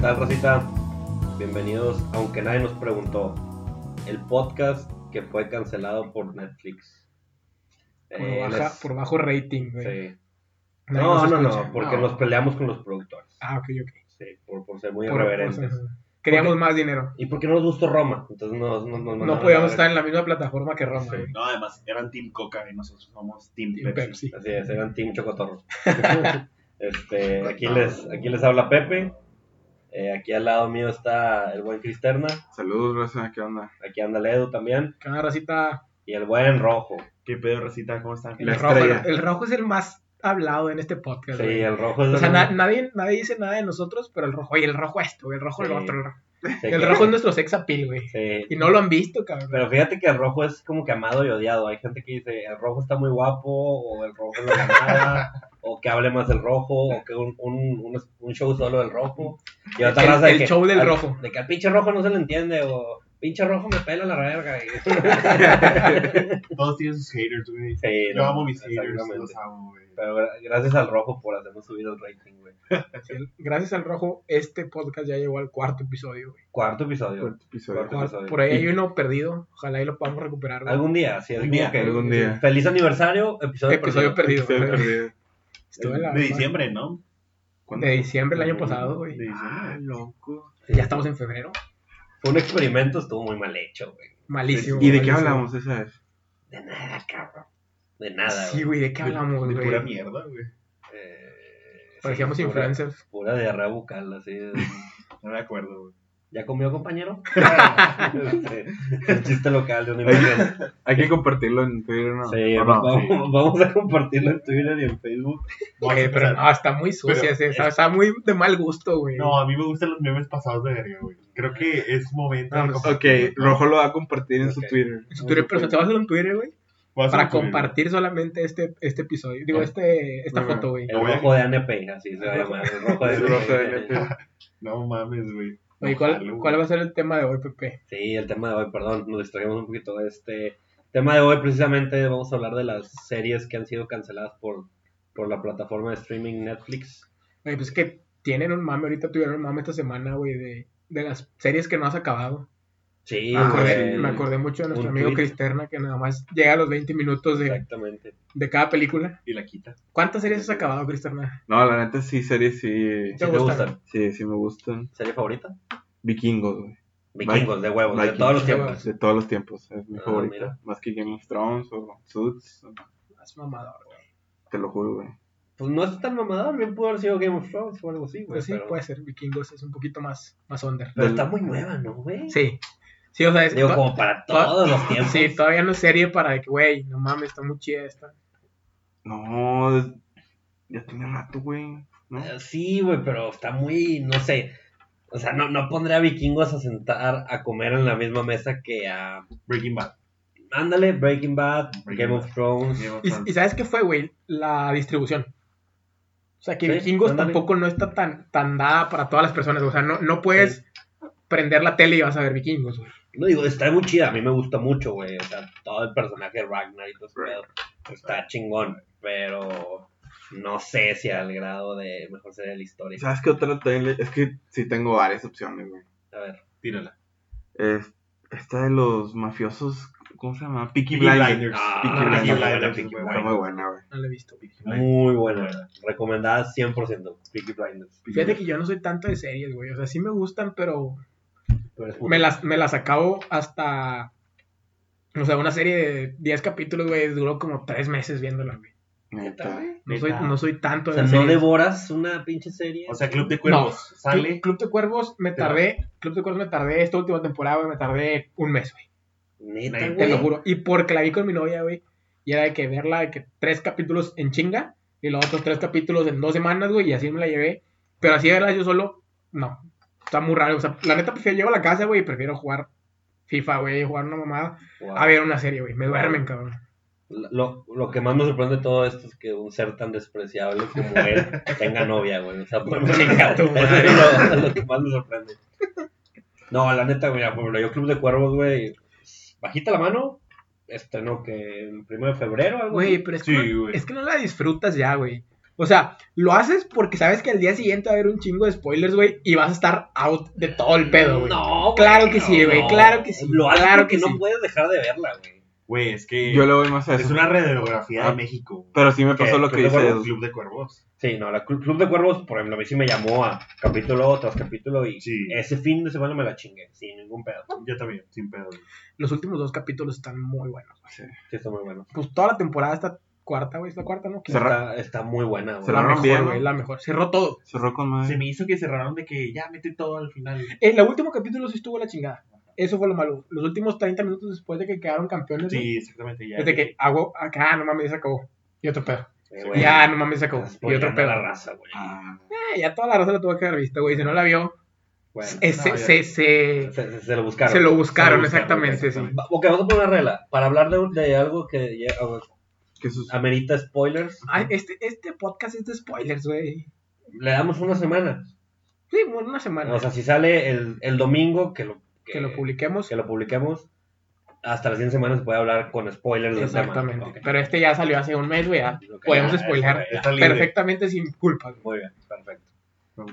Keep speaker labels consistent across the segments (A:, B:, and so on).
A: tal, Rosita? Bienvenidos, aunque nadie nos preguntó, el podcast que fue cancelado por Netflix.
B: Por,
A: Eh,
B: baja-
A: les-
B: por bajo rating, güey.
A: sí.
B: Nadie
A: No,
B: nos
A: no,
B: escucha.
A: no, porque nos peleamos con los productores.
B: Ah, ok, ok.
A: Sí, por, por ser muy
B: Por- por-
A: irreverentes.
B: ajá. Queríamos
A: Porque-
B: más dinero.
A: ¿Y por qué no nos gustó Roma? Entonces nos, nos, nos mandaron
B: No
A: a
B: podíamos
A: la
B: estar
A: verga.
B: en la misma plataforma que Roma,
A: Sí.
B: güey.
C: No, además eran Team Coca y nosotros somos Team
B: Y Pepsi.
C: Pepsi.
A: Así es, eran Team Chocotorro. este, aquí, les, aquí les habla Pepe. Eh, aquí al lado mío está el buen Cristerna.
D: Saludos, Raza, ¿qué onda?
A: Aquí anda Ledo también.
B: Cada racita.
A: Y el buen Rojo.
C: ¿Qué pedo, Rosita? ¿Cómo están?
B: El
D: La
B: rojo,
D: estrella.
B: el rojo es el más hablado en este podcast,
A: Sí,
B: güey.
A: el Rojo es
B: O sea,
A: el-
B: na- nadie, nadie dice nada de nosotros, pero el rojo, oye, el rojo esto, güey, el rojo
A: Sí.
B: el otro. el rojo.
A: Sí,
B: El
A: que-
B: rojo es nuestro sex appeal, güey.
A: sí.
B: Y no lo han visto, cabrón.
A: Pero fíjate que el rojo es como que amado y odiado. Hay gente que dice, el rojo está muy guapo, o el rojo no la nada, o que hable más el rojo, o que un, un, un, un show solo del rojo. Y otra
B: El-
A: raza de
B: el
A: que,
B: show del
A: al-
B: rojo.
A: De que al pinche rojo no se le entiende, o pinche rojo me pela la verga. y-
C: Todos tienen sus haters, güey.
A: Sí,
C: Yo
A: no,
C: amo mis haters,
A: exactamente.
C: los amo, güey.
A: Pero gra- gracias al rojo por hacernos subir el rating, güey.
B: El- Gracias al rojo, este podcast ya llegó al cuarto episodio, güey.
A: Cuarto episodio.
D: Cuarto episodio.
A: Cuarto. episodio.
B: Por ahí hay uno perdido. Ojalá y lo podamos recuperar, güey.
A: Algún día, si es
C: Algún
A: como
C: día,
A: que-
D: algún día.
A: Feliz aniversario, episodio,
B: Episodio
A: perdido.
B: perdido.
D: Estoy
B: güey.
D: perdido.
B: Estuve en la-
C: de diciembre, ¿no?
D: ¿Cuándo?
B: De diciembre del año pasado,
C: De
B: güey.
C: diciembre.
D: Ah, loco.
B: Ya estamos en febrero.
A: Fue un experimento, estuvo muy mal hecho, güey.
B: Malísimo.
D: ¿Y de qué
B: malísimo.
D: hablamos esa vez?
A: De nada, cabrón. De nada,
B: Sí, güey, ¿de qué hablamos, güey?
C: de, de pura mierda, güey.
A: Eh,
B: Parecíamos
A: sí, pura-
B: influencers.
A: Pura diarrea bucal, así. de-
C: No me acuerdo, güey.
A: ¿Ya comió, compañero? Este, el chiste local de una imagen.
D: Hay que compartirlo en Twitter, ¿no?
A: Sí,
D: ¿O no?
A: vamos, vamos a compartirlo en Twitter y en Facebook.
B: Oye, Eh, pero no, está muy sucia.
C: Pero
B: ese, está, está muy de mal gusto, güey.
C: No, a mí me gustan los memes pasados de verga, güey. Creo que es momento
B: Vamos.
D: Ok, Rojo lo va a compartir en su
A: Ok.
D: Twitter.
B: En su Twitter, pero te vas a hacer un Twitter, güey,
C: Voy a hacer
B: para
C: un tweet,
B: compartir solamente este, este episodio. Digo,
A: Ah.
B: este, esta
D: Muy bueno.
B: foto, güey.
A: El rojo de ANP, así se va a llamar. El rojo de
D: El Rojo de
A: ANP.
D: LP.
C: güey. No mames, güey.
B: Oye,
C: Ojalá,
B: ¿cuál, cuál va
C: güey.
B: a ser el tema de hoy, Pepe?
A: Sí, el tema de hoy, perdón, nos distrajimos un poquito. Este tema de hoy, precisamente, vamos a hablar de las series que han sido canceladas por, por la plataforma de streaming Netflix.
B: Oye, pues es que tienen un mame, ahorita tuvieron un mame esta semana, güey, de, de las series que no has acabado.
A: Sí,
B: Me
D: Ah,
B: acordé,
A: güey.
B: me acordé mucho de nuestro
A: Un
B: amigo
A: tweet.
B: Cristerna, que nada más llega a los 20 minutos de,
A: Exactamente.
B: de cada película.
C: Y la quita.
B: ¿Cuántas series has acabado, Cristerna?
D: No, la neta sí, series sí.
A: ¿Sí ¿Te
B: ¿Te gustan?
A: gustan?
D: Sí, sí me gustan.
A: ¿Serie favorita?
D: Vikingos, güey.
A: Vikingos, de huevos, de
D: Vikingos.
A: todos los
B: De
A: tiempos.
D: De todos los tiempos. Es mi
A: Ah,
D: favorita.
A: mira.
D: Más que Game of Thrones o Suits.
B: Es mamador, güey.
D: Te lo juro, güey.
A: Pues no es tan mamador, bien pudo haber sido Game of Thrones o algo así, güey.
B: Pues sí,
A: pero
B: puede ser. Vikingos es un poquito más, más under.
A: pero
D: Del-
A: está muy nueva, ¿no, güey?
B: Sí. Sí, o sea, es
A: Digo,
B: to-
A: como para
B: to-
A: todos los tiempos.
B: Sí, todavía no es serie para de que, güey, no mames, está muy chida esta.
D: No, es- ya tenía rato, güey. ¿no?
A: Eh, Sí, güey, pero está muy, no sé. O sea, no, no pondré a vikingos a sentar a comer en la misma mesa que a.
C: Breaking Bad.
A: Ándale, Breaking Bad,
C: Breaking
A: Game
C: Bad.
A: of Thrones.
C: Game of
B: ¿Y,
C: Thrones.
B: y sabes qué fue, güey? La distribución. O sea, que
A: Sí,
B: Vikingos
A: ándale.
B: tampoco no está tan, tan dada para todas las personas. O sea, no, no puedes prender la tele y vas a ver Vikingos, güey.
A: No digo, está muy chida, a mí me gusta mucho, güey. O sea, todo el personaje de Ragnar y todo ese pedo, Está chingón, pero no sé si al grado de mejor serie de la historia.
D: ¿Sabes qué otra tele? Es que sí tengo varias opciones, güey.
A: A ver,
C: Tírala.
D: Es- esta de los mafiosos, ¿cómo se llama?
C: Peaky
D: Peaky, Blinders.
C: Blinders.
A: Ah,
D: Peaky
A: Peaky
D: Blinders.
A: Blinders,
C: Peaky
A: güey.
D: Está muy buena, güey.
B: No lo he visto.
A: muy buena. Recomendada 100%, Peaky Blinders.
B: Fíjate que yo no soy tanto de series, güey. O sea, sí me gustan, pero
A: Pero es-
B: me las, me las acabo hasta... O sea, una serie de 10 capítulos, güey, duró como 3 meses viéndola, güey.
D: Neta.
B: No soy,
C: Neta.
B: no soy tanto
A: O
B: de
A: sea, ¿no
B: series.
A: devoras una pinche serie?
C: O sea, Club de Cuervos.
B: Club,
C: Sale.
B: Club de Cuervos me
C: Pero-
B: tardé, Club de Cuervos me tardé esta última temporada, güey, me tardé un mes, güey.
A: Neta,
C: Te
B: Te
A: güey.
B: lo juro. Y porque la vi con mi novia, güey. Y era de que verla de que tres capítulos en chinga y los otros tres capítulos en dos semanas, güey, y así me la llevé. Pero así verla yo solo, no. Está muy raro. O sea, la neta prefiero llevo a la casa, güey, y prefiero jugar FIFA, güey, jugar una mamada.
A: Wow.
B: A ver una serie, güey. Me duermen, cabrón.
A: Lo, lo que más me sorprende de todo esto es que un ser tan despreciable como él tenga novia, güey. O sea, por lo menos-
B: Chinga tu
A: eso
B: madre.
A: es lo, lo que más me sorprende. No, la neta, mira, por ejemplo, yo Club de Cuervos, güey, bajita la mano, este, no, que el primero de febrero, algo así.
B: Güey, pero es que,
C: Sí,
B: no,
C: güey.
B: es que no la disfrutas ya, güey. O sea, lo haces porque sabes que al día siguiente va a haber un chingo de spoilers, güey, y vas a estar out de todo el pedo, güey.
A: No,
B: Claro que sí, güey, claro que sí,
A: Lo haces
B: claro
A: porque
B: que
A: no
B: sí.
A: puedes dejar de verla, güey.
C: Güey, es que
D: Yo le voy más a eso.
C: es una radiografía
D: Ah,
C: de México. güey.
D: Pero sí me pasó lo que
C: Yo recuerdo
D: dices.
C: el Club de Cuervos.
A: Sí, no, la Clu- Club de Cuervos, por ejemplo, a mí sí me llamó a capítulo tras capítulo y
C: Sí.
A: ese fin de semana me la chingué, sin ningún pedo.
C: Yo también, sin pedo. güey.
B: Los últimos dos capítulos están muy buenos.
A: Sí, está muy bueno.
B: Pues toda la temporada está cuarta, güey, es la cuarta, ¿no?
D: Cerra-
A: Está, está muy buena, güey.
B: la
D: Cerraron
B: mejor,
D: bien,
B: güey,
D: ¿no?
B: la mejor. Cerró todo.
D: Cerró con madre.
C: Se me hizo que cerraron de que ya mete todo al final.
B: El último capítulo sí estuvo la chingada. Eso fue lo malo. Los últimos 30 minutos después de que quedaron campeones, güey,
C: Sí, exactamente. Ya.
B: es de que hago acá, no mames, ya se acabó. Y otro pedo.
A: Sí, güey.
B: Ya, no mames, se acabó.
A: Pues, Estás
B: Y otro
A: spoileando
B: pedo.
A: a la raza, güey.
D: Ah,
B: Eh, ya toda la raza la tuvo que haber visto, güey. Si no la vio,
A: Bueno,
B: eh, se,
C: no, ya.
B: se, se-
A: se, se- se lo buscaron.
B: se lo buscaron,
C: buscaron,
B: exactamente, sí.
C: exactamente.
A: Va- Ok, vamos a poner una regla. Para hablar de, un- de algo que ya- a ver,
D: que eso es-
A: amerita spoilers,
B: Ay, este, este podcast es de spoilers, güey.
A: le damos una semana.
B: Sí, bueno, una semana.
A: O sea, si sale el, el domingo, que lo,
B: que lo publiquemos.
A: que lo publiquemos, hasta las 100 semanas se puede hablar con spoilers del tema.
B: Exactamente.
A: Ok.
B: Pero este ya salió hace un mes, güey. ya.
A: Ok,
B: Podemos
A: ya,
B: spoilear
A: ya,
C: Está libre.
B: perfectamente sin culpa, güey.
A: Muy bien, perfecto.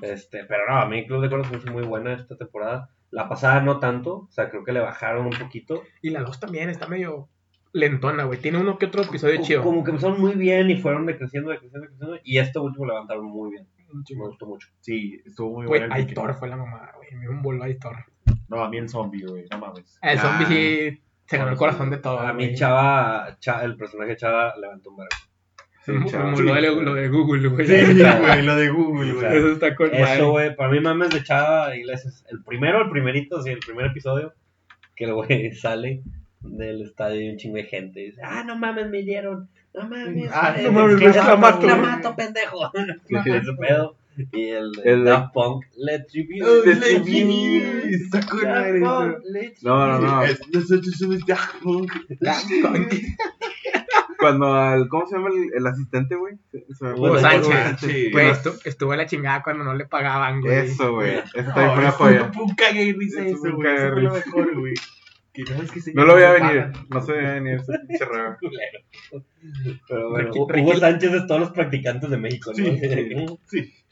A: Este, pero no, a mí Club de Cuervos se me hizo muy buena esta temporada. La pasada no tanto, o sea, creo que le bajaron un poquito.
B: Y la 2 también está medio lentona, güey. Tiene uno que otro episodio
A: Co-
B: chido.
A: Como que empezaron muy bien y fueron decreciendo, decreciendo, decreciendo. Y este último levantaron muy bien.
B: Un
A: Me
B: chingo.
A: gustó mucho.
C: Sí, estuvo muy
B: Güey,
C: bueno. el
B: Aitor fue la mamá, güey. Me dio un bolo a Aitor.
C: No, a mí el zombie, güey. No mames.
B: El
D: Ah.
B: zombie sí se ganó el
A: Ah,
B: corazón de todo.
A: A mí
B: güey.
A: Chava, Cha- el personaje de Chava levantó un verbo.
B: Se mu-
D: Sí,
B: se
D: chava.
B: murió de lo de Google, güey.
C: güey, lo de Google,
A: O sea,
B: Eso está con madre.
A: Eso, güey, para mí mames de Chava Iglesias. El primero, el primerito, sí, el primer episodio, que el güey sale del estadio y un chingo de gente. y dice, ah, no mames, me dieron. No mames.
C: Ah,
A: eh,
C: no mames,
A: la,
C: la mato,
A: la
C: güey.
A: mato, pendejo.
D: Sí.
A: Ese pedo. Y el,
D: El-
A: el Daft Punk, Let You Be.
D: Ay,
A: Let You Be.
C: Está con
A: Daft
C: madre, güey.
A: Punk, Let You
D: No, no, no.
C: Es- Nosotros somos Daft Punk.
D: Cuando al. ¿Cómo se llama el, el asistente, güey? Se- se me
A: Hugo
D: fue.
B: Sánchez.
D: Hugo Sánchez.
B: Güey, Pues, estu- estuvo la chingada cuando no le pagaban, güey.
D: Eso, güey. Eso
C: No,
D: también fue una
C: es
D: joya.
C: un- un cague y risa
D: Es
C: eso,
D: un
C: güey.
D: cague
C: Eso
D: de
C: fue lo mejor, güey. Que no es que se
D: No lo veía
C: llama
D: venir.
C: Batman.
D: No se veía venir ese pinche reo.
A: Culero. Pero bueno,
B: Tranqui-
A: Hugo
B: tranquilo.
A: Sánchez es todos los practicantes de México, ¿no?
C: Sí, sí, sí.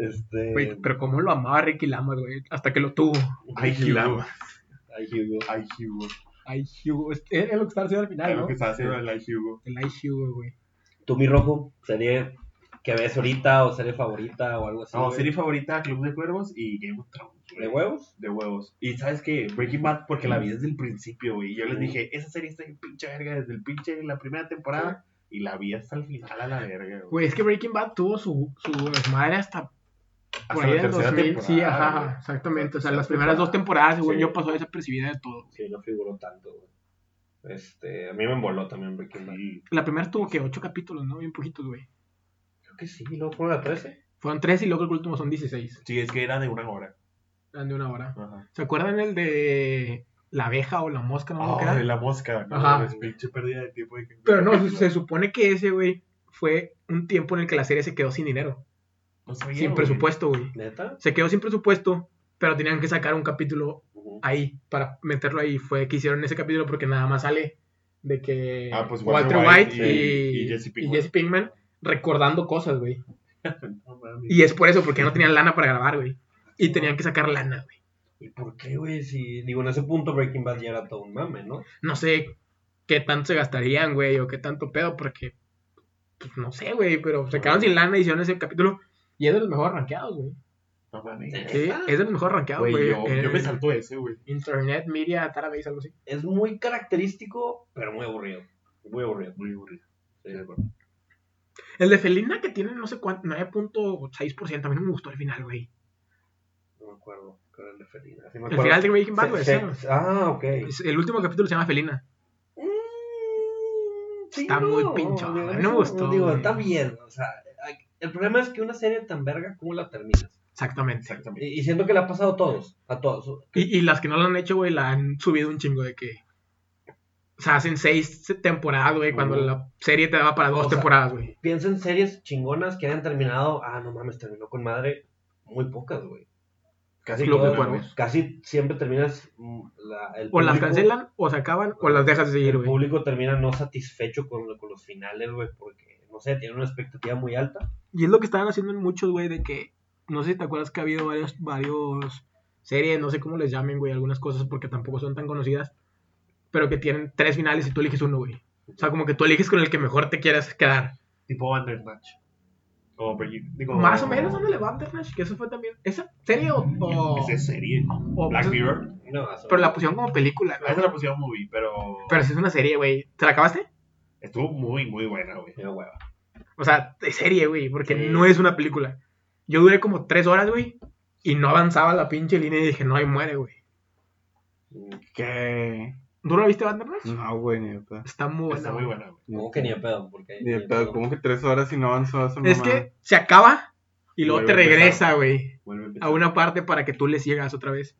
A: Este.
B: Güey, pero cómo lo amaba Ricky Lamas, güey. Hasta que lo tuvo.
C: Ay, Hugo.
A: Ay, Hugo.
C: Ay, Hugo.
B: Ay, Hugo. Este, Era lo que estaba haciendo al final,
C: Claro
B: ¿no?
C: que estaba haciendo el Ay, Hugo.
B: El Ay, Hugo, güey.
A: ¿Tú, mi rojo, serie que ves ahorita o serie favorita o algo así?
C: No,
A: güey?
C: serie favorita, Club de Cuervos y Game of Thrones. güey.
A: ¿De huevos?
C: De huevos. Y sabes que Breaking Bad, porque la vi desde el principio, güey. Yo les dije, esa serie está en pinche verga desde el pinche la primera temporada. Y la vi hasta el final a la verga, güey.
B: Güey, es que Breaking Bad tuvo su, su desmadre hasta
C: Hasta
B: por
C: la
B: ahí del
C: tercera
B: 2000. Sí,
C: temporada,
B: ajá,
C: güey.
B: exactamente. O sea,
C: Tercera
B: las primeras dos temporadas, según
A: Sí.
B: yo, pasó desapercibida de todo.
A: Sí, no figuró tanto, güey. Este, a mí me envoló también Breaking Bad.
C: Sí.
B: La primera tuvo que ocho capítulos, ¿no? Bien poquitos, güey.
A: Creo que sí, luego fueron a 13.
B: Fueron tres y luego el último son 16.
C: Sí, es que era de una hora.
B: Eran de una hora.
C: Ajá.
B: ¿Se acuerdan el de la abeja o la mosca? No me acuerdo
C: Oh,
B: qué era?
C: de la mosca. No,
B: Ah, Ajá.
C: Es pinche pérdida de tiempo. de que-
B: Pero no, se, se supone que ese, güey, fue un tiempo en el que la serie se quedó sin dinero.
C: No sabía,
B: sin
C: güey.
B: presupuesto, güey.
A: ¿Neta?
B: Se quedó sin presupuesto, pero tenían que sacar un capítulo ahí para meterlo ahí. Fue que hicieron ese capítulo porque nada más sale de que
C: Ah, pues
B: Walter,
C: Walter
B: White,
C: White
B: y,
C: y- y Jesse Pinkman.
B: y Jesse Pinkman recordando cosas, güey.
C: No mames.
B: Y es por eso, porque no tenían lana para grabar, güey. Y tenían que sacar lana, güey.
A: ¿Y por qué, güey? Si, digo, en ese punto Breaking Bad ya era todo un mame, ¿no?
B: No sé qué tanto se gastarían, güey, o qué tanto pedo, porque pues, no sé, güey, pero se quedaron sin lana y hicieron ese capítulo. Y es de los mejores rankeados, güey.
C: No mames. Ah,
B: Sí, es de los mejores rankeados,
C: Güey,
B: güey. eh,
C: yo, yo
B: en
C: me salto ese, güey.
B: Internet, Media, Database, algo así.
A: Es muy característico, pero muy aburrido. Muy aburrido.
C: Muy aburrido.
A: Sí,
B: El de Felina que tiene no sé cuánto, 9.6%, a mí no me gustó el final, güey.
A: no me acuerdo. ¿Qué era el de Felina? Sí me
B: El
A: acuerdo.
B: final de Breaking Bad, güey.
A: Se-
B: sí, güey.
A: se- Ah, ok.
B: Es- El último capítulo se llama Felina. Está muy pincho,
A: pinchado
B: a mí Mm, no me gustó,
A: Digo,
B: güey.
A: está bien. O sea, hay- el problema es que una serie tan verga, ¿cómo la terminas?
B: Exactamente.
C: Exactamente.
A: Y, y siento que le ha pasado a todos. A todos.
B: Y, y las que no lo han hecho, güey, la han subido un chingo de que. O sea, hacen seis temporadas, güey, cuando
A: Ujú.
B: la serie te daba para dos
A: O sea,
B: temporadas, güey.
A: Piensa en series chingonas que hayan terminado. Ah, no mames, terminó con madre. Muy pocas, güey. Casi,
B: Club de
A: todas-
B: Cuervos.
A: casi siempre terminas. mm, La, el
B: O las
A: público-
B: cancelan, o se acaban, o las dejas de seguir,
A: El
B: güey.
A: público termina no satisfecho con, con los finales, güey, porque no sé, tienen una expectativa muy alta.
B: Y es lo que estaban haciendo en muchos, güey, de que, no sé si te acuerdas que ha habido varios, varios series, no sé cómo les llamen, güey, algunas cosas porque tampoco son tan conocidas, pero que tienen tres finales y tú eliges uno, güey. O sea, como que tú eliges con el que mejor te quieras quedar.
C: Tipo Bandersnatch. O Breaking- digo,
B: Más o menos donde le va Bandersnatch, que eso fue también... ¿Esa serie o...? o-
C: Esa es serie.
B: o- pues,
C: Black Mirror.
A: No, más o
B: Pero la
A: menos.
B: pusieron como película,
C: A esa
B: güey.
C: la pusieron movie, pero.
B: Pero si es una serie, güey. ¿Te la acabaste?
C: Estuvo muy, muy buena, güey.
A: Qué hueva.
B: O sea, es serie, güey, porque
C: Sí.
B: no es una película. Yo duré como tres horas, güey, y no avanzaba la pinche línea y dije, no, ahí muere, güey.
A: Mm,
D: ¿Qué?
B: ¿Tú la viste, Bandersnatch?
D: No, güey, ni de pedo.
B: Está muy buena.
C: Está
B: güey.
C: muy buena, güey.
A: ¿Cómo que ni de pedo? Porque
D: Ni de pedo, como que tres horas y no avanzó esa
B: Es
D: mamada?
B: que se acaba y luego
C: Luego
B: te
C: empezar.
B: regresa, güey,
C: Vuelve a empezar.
B: a una parte para que tú le sigas otra vez.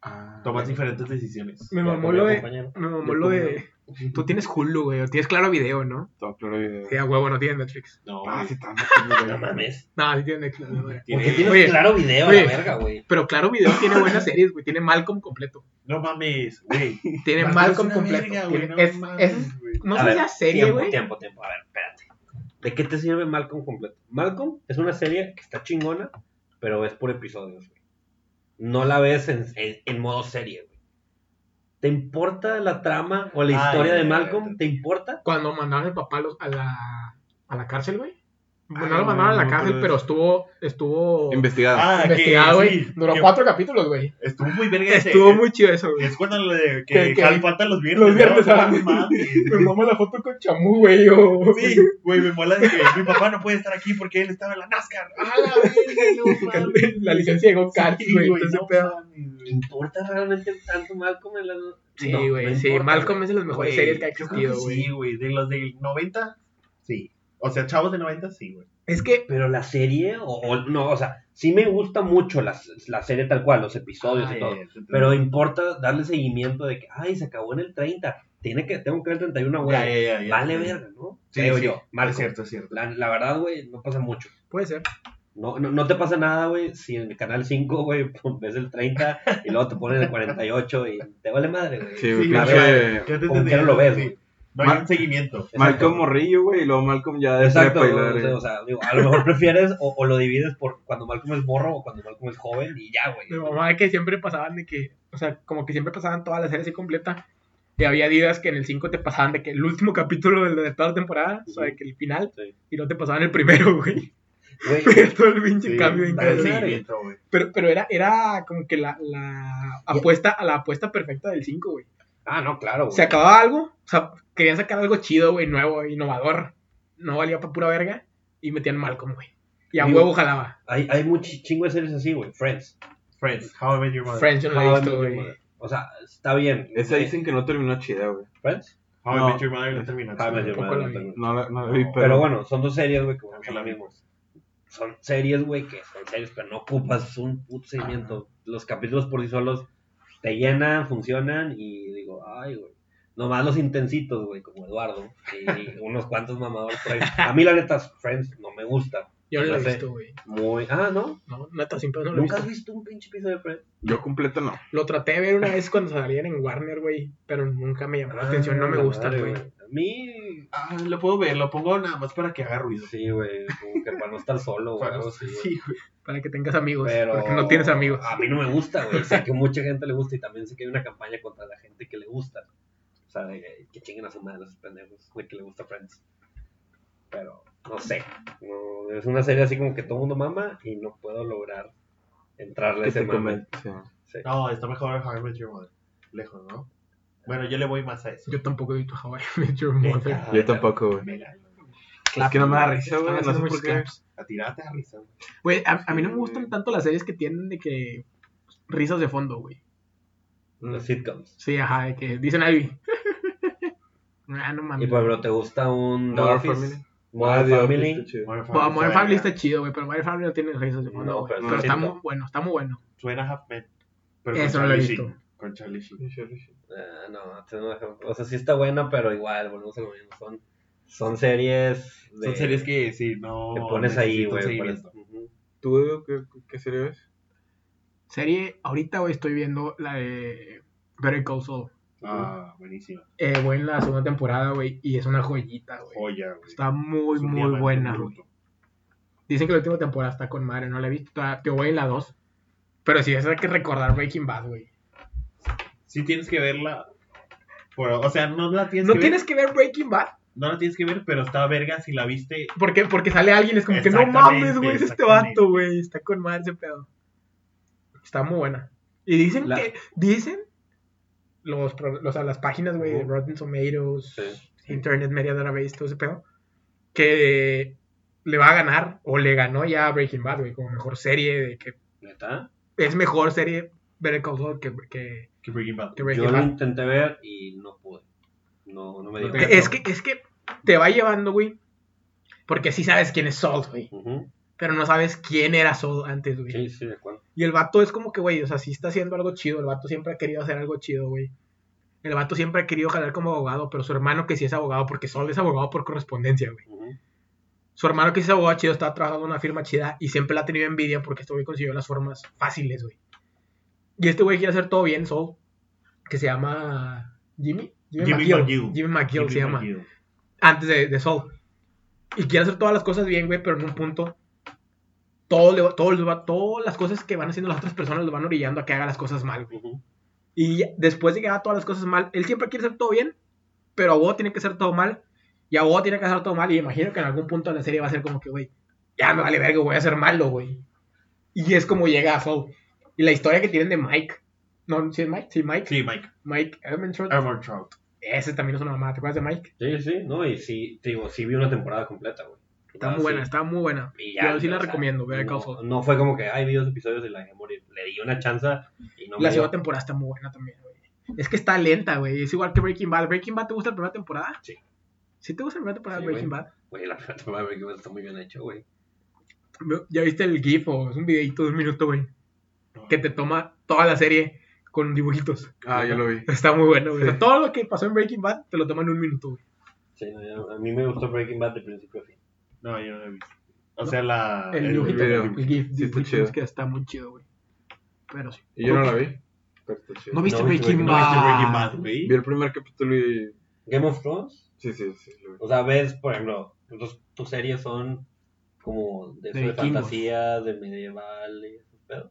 D: Ah,
C: Tomas diferentes decisiones.
B: Me
A: Ya
B: mamó
A: comió,
B: lo de...
A: compañero.
B: Me mamó lo de... Tú tienes Hulu, güey, o tienes Claro Video, ¿no?
D: Todo claro video.
B: Sí, a huevo, no tienes Netflix.
C: No,
D: Ah,
C: güey.
D: sí, está metido,
A: No
D: güey.
A: mames.
B: No, sí tienes Netflix. no, güey.
A: ¿Por
C: Tiene-
A: qué tienes
B: Oye,
A: claro video a
B: oye.
A: la verga, güey?
B: Pero Claro Video tiene buenas series, güey. Tiene Malcolm completo.
C: No mames, güey.
B: Tiene
C: Marco
B: Malcolm
C: es una
B: completo.
C: verga, güey,
B: tiene,
C: no
B: es,
C: mames,
B: es-
C: güey.
B: no
A: A
B: sé
A: ver,
B: si es serie,
A: tiempo,
B: güey.
A: Tiempo, tiempo. A ver, espérate. ¿De qué te sirve Malcolm completo? Malcolm es una serie que está chingona, pero es por episodios, güey. No la ves en, en- en modo serie, güey. ¿Te importa la trama o la
C: Ah,
A: historia
C: ya,
A: de
C: ya,
A: Malcolm?
C: ya.
A: ¿Te importa?
B: Cuando mandaron al papá a los- a, la, a la cárcel, güey. Bueno,
D: Ay,
B: no lo mandaron
D: no,
B: a la
D: no,
B: cárcel,
D: pero
B: pero
D: es-
B: estuvo, estuvo
D: Investigada.
C: Ah, que
B: investigado, güey.
C: sí,
B: Duró
C: que
B: cuatro capítulos, güey.
C: Estuvo muy verga ese-
B: Estuvo muy chido eso, güey.
C: Es cuando lo de
B: Que-
C: que,
B: que-
C: Hal falta los viernes.
B: Los viernes,
C: ¿no?
B: ah.
C: No mames.
B: Me mamó la foto con Chamú, güey. yo.
C: Sí, güey, me mola de que mi papá no puede estar aquí porque él estaba en la NASCAR. ¡Ah, la verga! No mames.
B: La licencia de go-kart,
C: Sí,
B: güey.
C: güey,
B: entonces,
C: no
B: pedo.
C: mames,
A: ¿Te
C: güey.
A: importa realmente tanto Malcolm? en la-
B: Sí,
A: No, no
B: güey. sí,
A: importa,
B: Malcolm
A: güey.
B: es de las mejores
C: Güey,
B: series que ha
C: yo creo que
B: existido, güey.
C: Sí, güey, de los del 90, sí. O sea, chavos de 90, sí, güey.
B: Es que
A: Pero la serie, o, o- no, o sea, sí me gusta mucho la, la serie tal cual, los episodios y todo. Pero
C: Ah,
A: importa darle seguimiento de que, ay, se acabó en el 30. Tiene que, tengo que ver el 31, güey.
C: Ya, ya, ya, ya.
A: Vale verga, ¿no?
C: Sí,
A: Creo
C: sí,
A: yo. Marco,
C: Es cierto, es cierto.
A: La, la verdad, güey, no pasa mucho.
B: puede ser.
A: No, no, no te pasa nada, güey, si en el canal 5, güey, pum, ves el 30 y luego te ponen el 48 y te vale madre, güey.
D: Sí, güey,
C: Sí,
A: la
D: pinche-
C: verdad. Ya te
A: Como
C: entendí,
A: quiera lo
C: ya
A: ves,
C: te
A: güey.
C: No hay un seguimiento.
A: Exacto.
D: Malcolm Morrillo, güey, y luego Malcolm ya de eh.
A: Exacto,
D: prepa y la
A: o sea,
D: verga.
A: o sea, digo, a lo mejor prefieres o, o lo divides por cuando Malcolm es morro o cuando Malcolm es joven y ya, güey.
B: Mi mamá que siempre pasaban de que, o sea, como que siempre pasaban toda la serie así completa. Y había días que en el 5 te pasaban de que el último capítulo de, la- de toda la temporada, o sea, de que el final,
A: Sí.
B: y no te pasaban el primero, güey.
A: Güey,
B: Todo el pinche
C: Sí,
B: cambio de
C: da
A: cada
C: el
A: serie.
B: interés.
C: seguimiento, güey.
B: Pero, pero era, era como que la, la apuesta, a la apuesta perfecta del 5, güey.
A: Ah, no, claro, güey.
B: Se acababa algo, o sea, querían sacar algo chido, güey, nuevo, innovador. No valía para pura verga, y metían Malcolm, güey. Y a
A: Sí,
B: huevo
A: güey.
B: jalaba.
A: Hay, hay muchos chingo de series así, güey. Friends. Ah,
C: Friends, How I Met Your Mother.
B: Friends yo no la he
A: How I
B: visto,
A: Met Your
B: güey.
A: Mother. O sea, está bien. Eh,
D: Esa dicen que no terminó chida, güey.
A: Friends. Ah,
C: How
D: No.
C: I Met Your Mother no terminó.
A: How I Met Your
B: Ah, Tampoco
A: Mother,
B: la vi.
D: No la, no la
C: No,
D: vi,
C: pero
D: pero,
A: Pero bueno, son dos series, güey, que son
C: la
A: las
C: vi.
A: mismas. Son series, güey, que son series, pero no ocupas un puto seguimiento. Los capítulos por sí solos te llenan, funcionan y digo, ay, güey. Nomás los intensitos, güey, como Eduardo. Y unos cuantos mamadores por ahí. A mí, la neta, Friends no me gusta.
B: Yo no la he
A: No sé.
B: visto, güey.
A: Muy. Ah, ¿no?
B: No, neta, sin pedo no la he
A: ¿Nunca
B: visto.
A: has visto un pinche episodio de Friends?
D: yo completo no.
B: Lo traté de ver una vez cuando salían en Warner, güey, pero nunca me llamó la atención, no me
A: Ah,
B: gusta,
A: madre,
B: güey.
A: A mí,
C: Ah, lo puedo ver, lo pongo nada más para que haga ruido.
A: Sí, güey, como que para no estar solo, güey. algo así, güey.
C: Sí, güey.
B: Para que tengas amigos,
A: Pero
B: Pues, porque no tienes amigos.
A: A mí no me gusta, güey. Sé que mucha gente le gusta y también sé que hay una campaña contra la gente que le gusta. O sea, de que chinguen a su madre esos pendejos de que le gusta Friends. Pero, no sé. No, es una serie así como que todo el mundo mama y no puedo lograr entrarle a
D: Que
A: ese
D: te
A: mame.
D: comente. sí.
A: Sí.
C: No, está mejor How I Met Your Mother. Lejos, ¿no? Bueno, yo le voy más a eso. Eh,
B: Yo tampoco he visto Hawaii Met Your
A: Ah,
B: Mother.
D: Yo tampoco, güey.
C: Mira,
D: Es que no me da risa,
B: Están
D: güey. No sé
B: haciendo
D: por
B: muchos
D: qué.
B: claps.
C: A tirarte a risa. güey.
B: Güey, a, a mí no me
D: Sí,
B: gustan
D: güey.
B: tanto las series que tienen de que risas de fondo, güey.
A: Los sitcoms.
B: Sí, ajá, de que dicen ahí. ah, no
A: Y
B: mames.
A: por ejemplo, ¿te gusta un The
D: Modern
A: Office?
D: Family. Ah,
A: Modern
D: The
A: Family. ah.
D: Office, está chido.
C: Modern
B: Bueno, Modern
C: está
B: Family
C: verga.
B: está chido, güey, pero Modern Family no tiene risas de fondo.
A: No,
B: güey.
A: pero
B: pero
A: no,
B: está
A: siento.
B: muy bueno, está muy bueno.
C: Suena Half Men. Pero
B: Eso
C: con
B: no lo he
C: Charlie
B: visto.
C: Sheen. Con Charlie Sheen.
A: Ah, no, te- no, o sea, sí está buena, pero igual, volvemos a lo mismo. Son, son series. De,
C: Son series que sí, no.
A: Te pones ahí,
C: necesitan
A: güey. pones-
C: seguimiento.
A: Ujú.
D: ¿Tú, Edu, qué, qué serie ves?
B: Serie, ahorita, güey, estoy viendo la de Better Call Saul.
C: Ah, buenísima.
B: Eh, voy en la segunda temporada, güey, y es una joyita, güey.
C: Joya, güey.
B: Está muy,
C: Es un
B: muy
C: diamante
B: buena,
C: bruto.
B: güey. Dicen que la última temporada está con madre, no la he visto. todavía, Yo voy en la 2. Pero sí, esa hay que recordar Breaking Bad, güey.
C: Sí tienes que verla. por- o sea, no la tienes
B: No
C: que
B: tienes
C: ver.
B: que ver Breaking Bad.
C: No la tienes que ver, pero está verga si la viste.
B: ¿Por qué? Porque sale alguien y es como que no
C: Exactamente,
B: mames, güey, es este
C: exactamente.
B: vato, güey. Está con madre ese pedo. Está muy buena. Y dicen
A: La-
B: que. Dicen. Los, pro- o sea, las páginas, güey, de
A: Ujú.
B: Rotten Tomatoes,
A: Sí, sí.
B: Internet Media Database, todo ese pedo. Que le va a ganar, o le ganó ya a Breaking Bad, güey, como mejor serie de que
A: ¿Neta?
B: es mejor serie Better Call Saul que, que,
C: Que Breaking Bad.
B: que
A: Yo
B: Breaking
A: lo
B: Bad.
A: intenté ver y no pude. No, no me dio.
B: Que Es que, es que te va llevando, güey. Porque sí sabes quién es Saul, güey.
A: Ujú.
B: Pero no sabes quién era Saul antes, güey.
A: Sí, sí, de acuerdo.
B: Y el vato es como que, güey, o sea, sí está haciendo algo chido. El vato siempre ha querido hacer algo chido, güey. El vato siempre ha querido jalar como abogado, pero su hermano que sí es abogado, porque Saul es abogado por correspondencia, güey.
A: Ujú.
B: Su hermano que sí es abogado chido está trabajando en una firma chida y siempre la ha tenido envidia porque este güey consiguió las formas fáciles, güey. Y este güey quiere hacer todo bien, Saul, que se llama Jimmy.
C: Jimmy
B: McGill.
C: McGill.
B: Jimmy McGill
C: Jimmy
B: se llama.
C: McGill.
B: Antes de, de Saul. Y quiere hacer todas las cosas bien, güey, pero en un punto. Todo le va- todo le va- todas las cosas que van haciendo las otras personas lo van orillando a que haga las cosas mal, güey.
A: Ujú.
B: Y después de que haga todas las cosas mal, él siempre quiere hacer todo bien, pero a vos tiene que hacer todo mal. Y a vos tiene que hacer todo mal. Y imagino que en algún punto de la serie va a ser como que, güey, ya me vale verga, voy a ser malo, güey. Y es como llega a Saul. Y la historia que tienen de Mike. No, ¿sí es Mike? Sí, Mike.
C: Sí, Mike.
B: Mike Edelman
C: Armor Trout.
B: Ese también es una mamada. ¿Te acuerdas de Mike?
A: Sí, sí, no, y sí, te digo, sí vi una temporada completa, güey.
B: Está
A: Ah,
B: muy buena,
A: sí.
B: está muy buena.
A: Y ya,
B: Yo sí la
A: o sea,
B: recomiendo, ver
A: no, no fue como que, ay, vi dos episodios y la dejé morir. Le di una chance y no
B: La
A: me dio.
B: segunda temporada está muy buena también, güey. Es que está lenta, güey. Es igual que Breaking Bad. ¿Breaking Bad te gusta la primera temporada?
A: Sí.
B: ¿Sí te gusta la primera temporada de
A: Sí,
B: Breaking
A: güey.
B: Bad?
A: Güey, la primera temporada de Breaking Bad está muy bien hecho, güey.
B: ¿Ya viste el GIF o es un videito de un minuto, güey? Que te toma toda la serie con dibujitos.
D: Ah, ya lo vi.
B: Está muy bueno, güey. O sea,
D: Sí.
B: todo lo que pasó en Breaking Bad te lo toma en un minuto, güey.
A: Sí, no, yo- a mí me gustó Breaking Bad de principio a fin.
C: No, yo no la he visto. O sea, la.
B: El
C: el-
B: dibujito,
D: video.
B: el GIF.
D: Sí, está
B: dibujitos
D: chido.
B: que está muy chido, güey. Pero sí.
D: Y yo no la vi. Pero está chido.
B: ¿No viste
A: No vi
B: Breaking
A: Breaking
C: ¿No viste Breaking
B: Bad?
C: Bad, güey?
D: Vi el primer capítulo y.
A: Game of Thrones,
D: Sí, sí, sí. Lo vi.
A: o sea, ves, por ejemplo, los- tus series son como de, eso
B: De
A: de
B: vikingos.
A: fantasía, de medieval y eso, pero.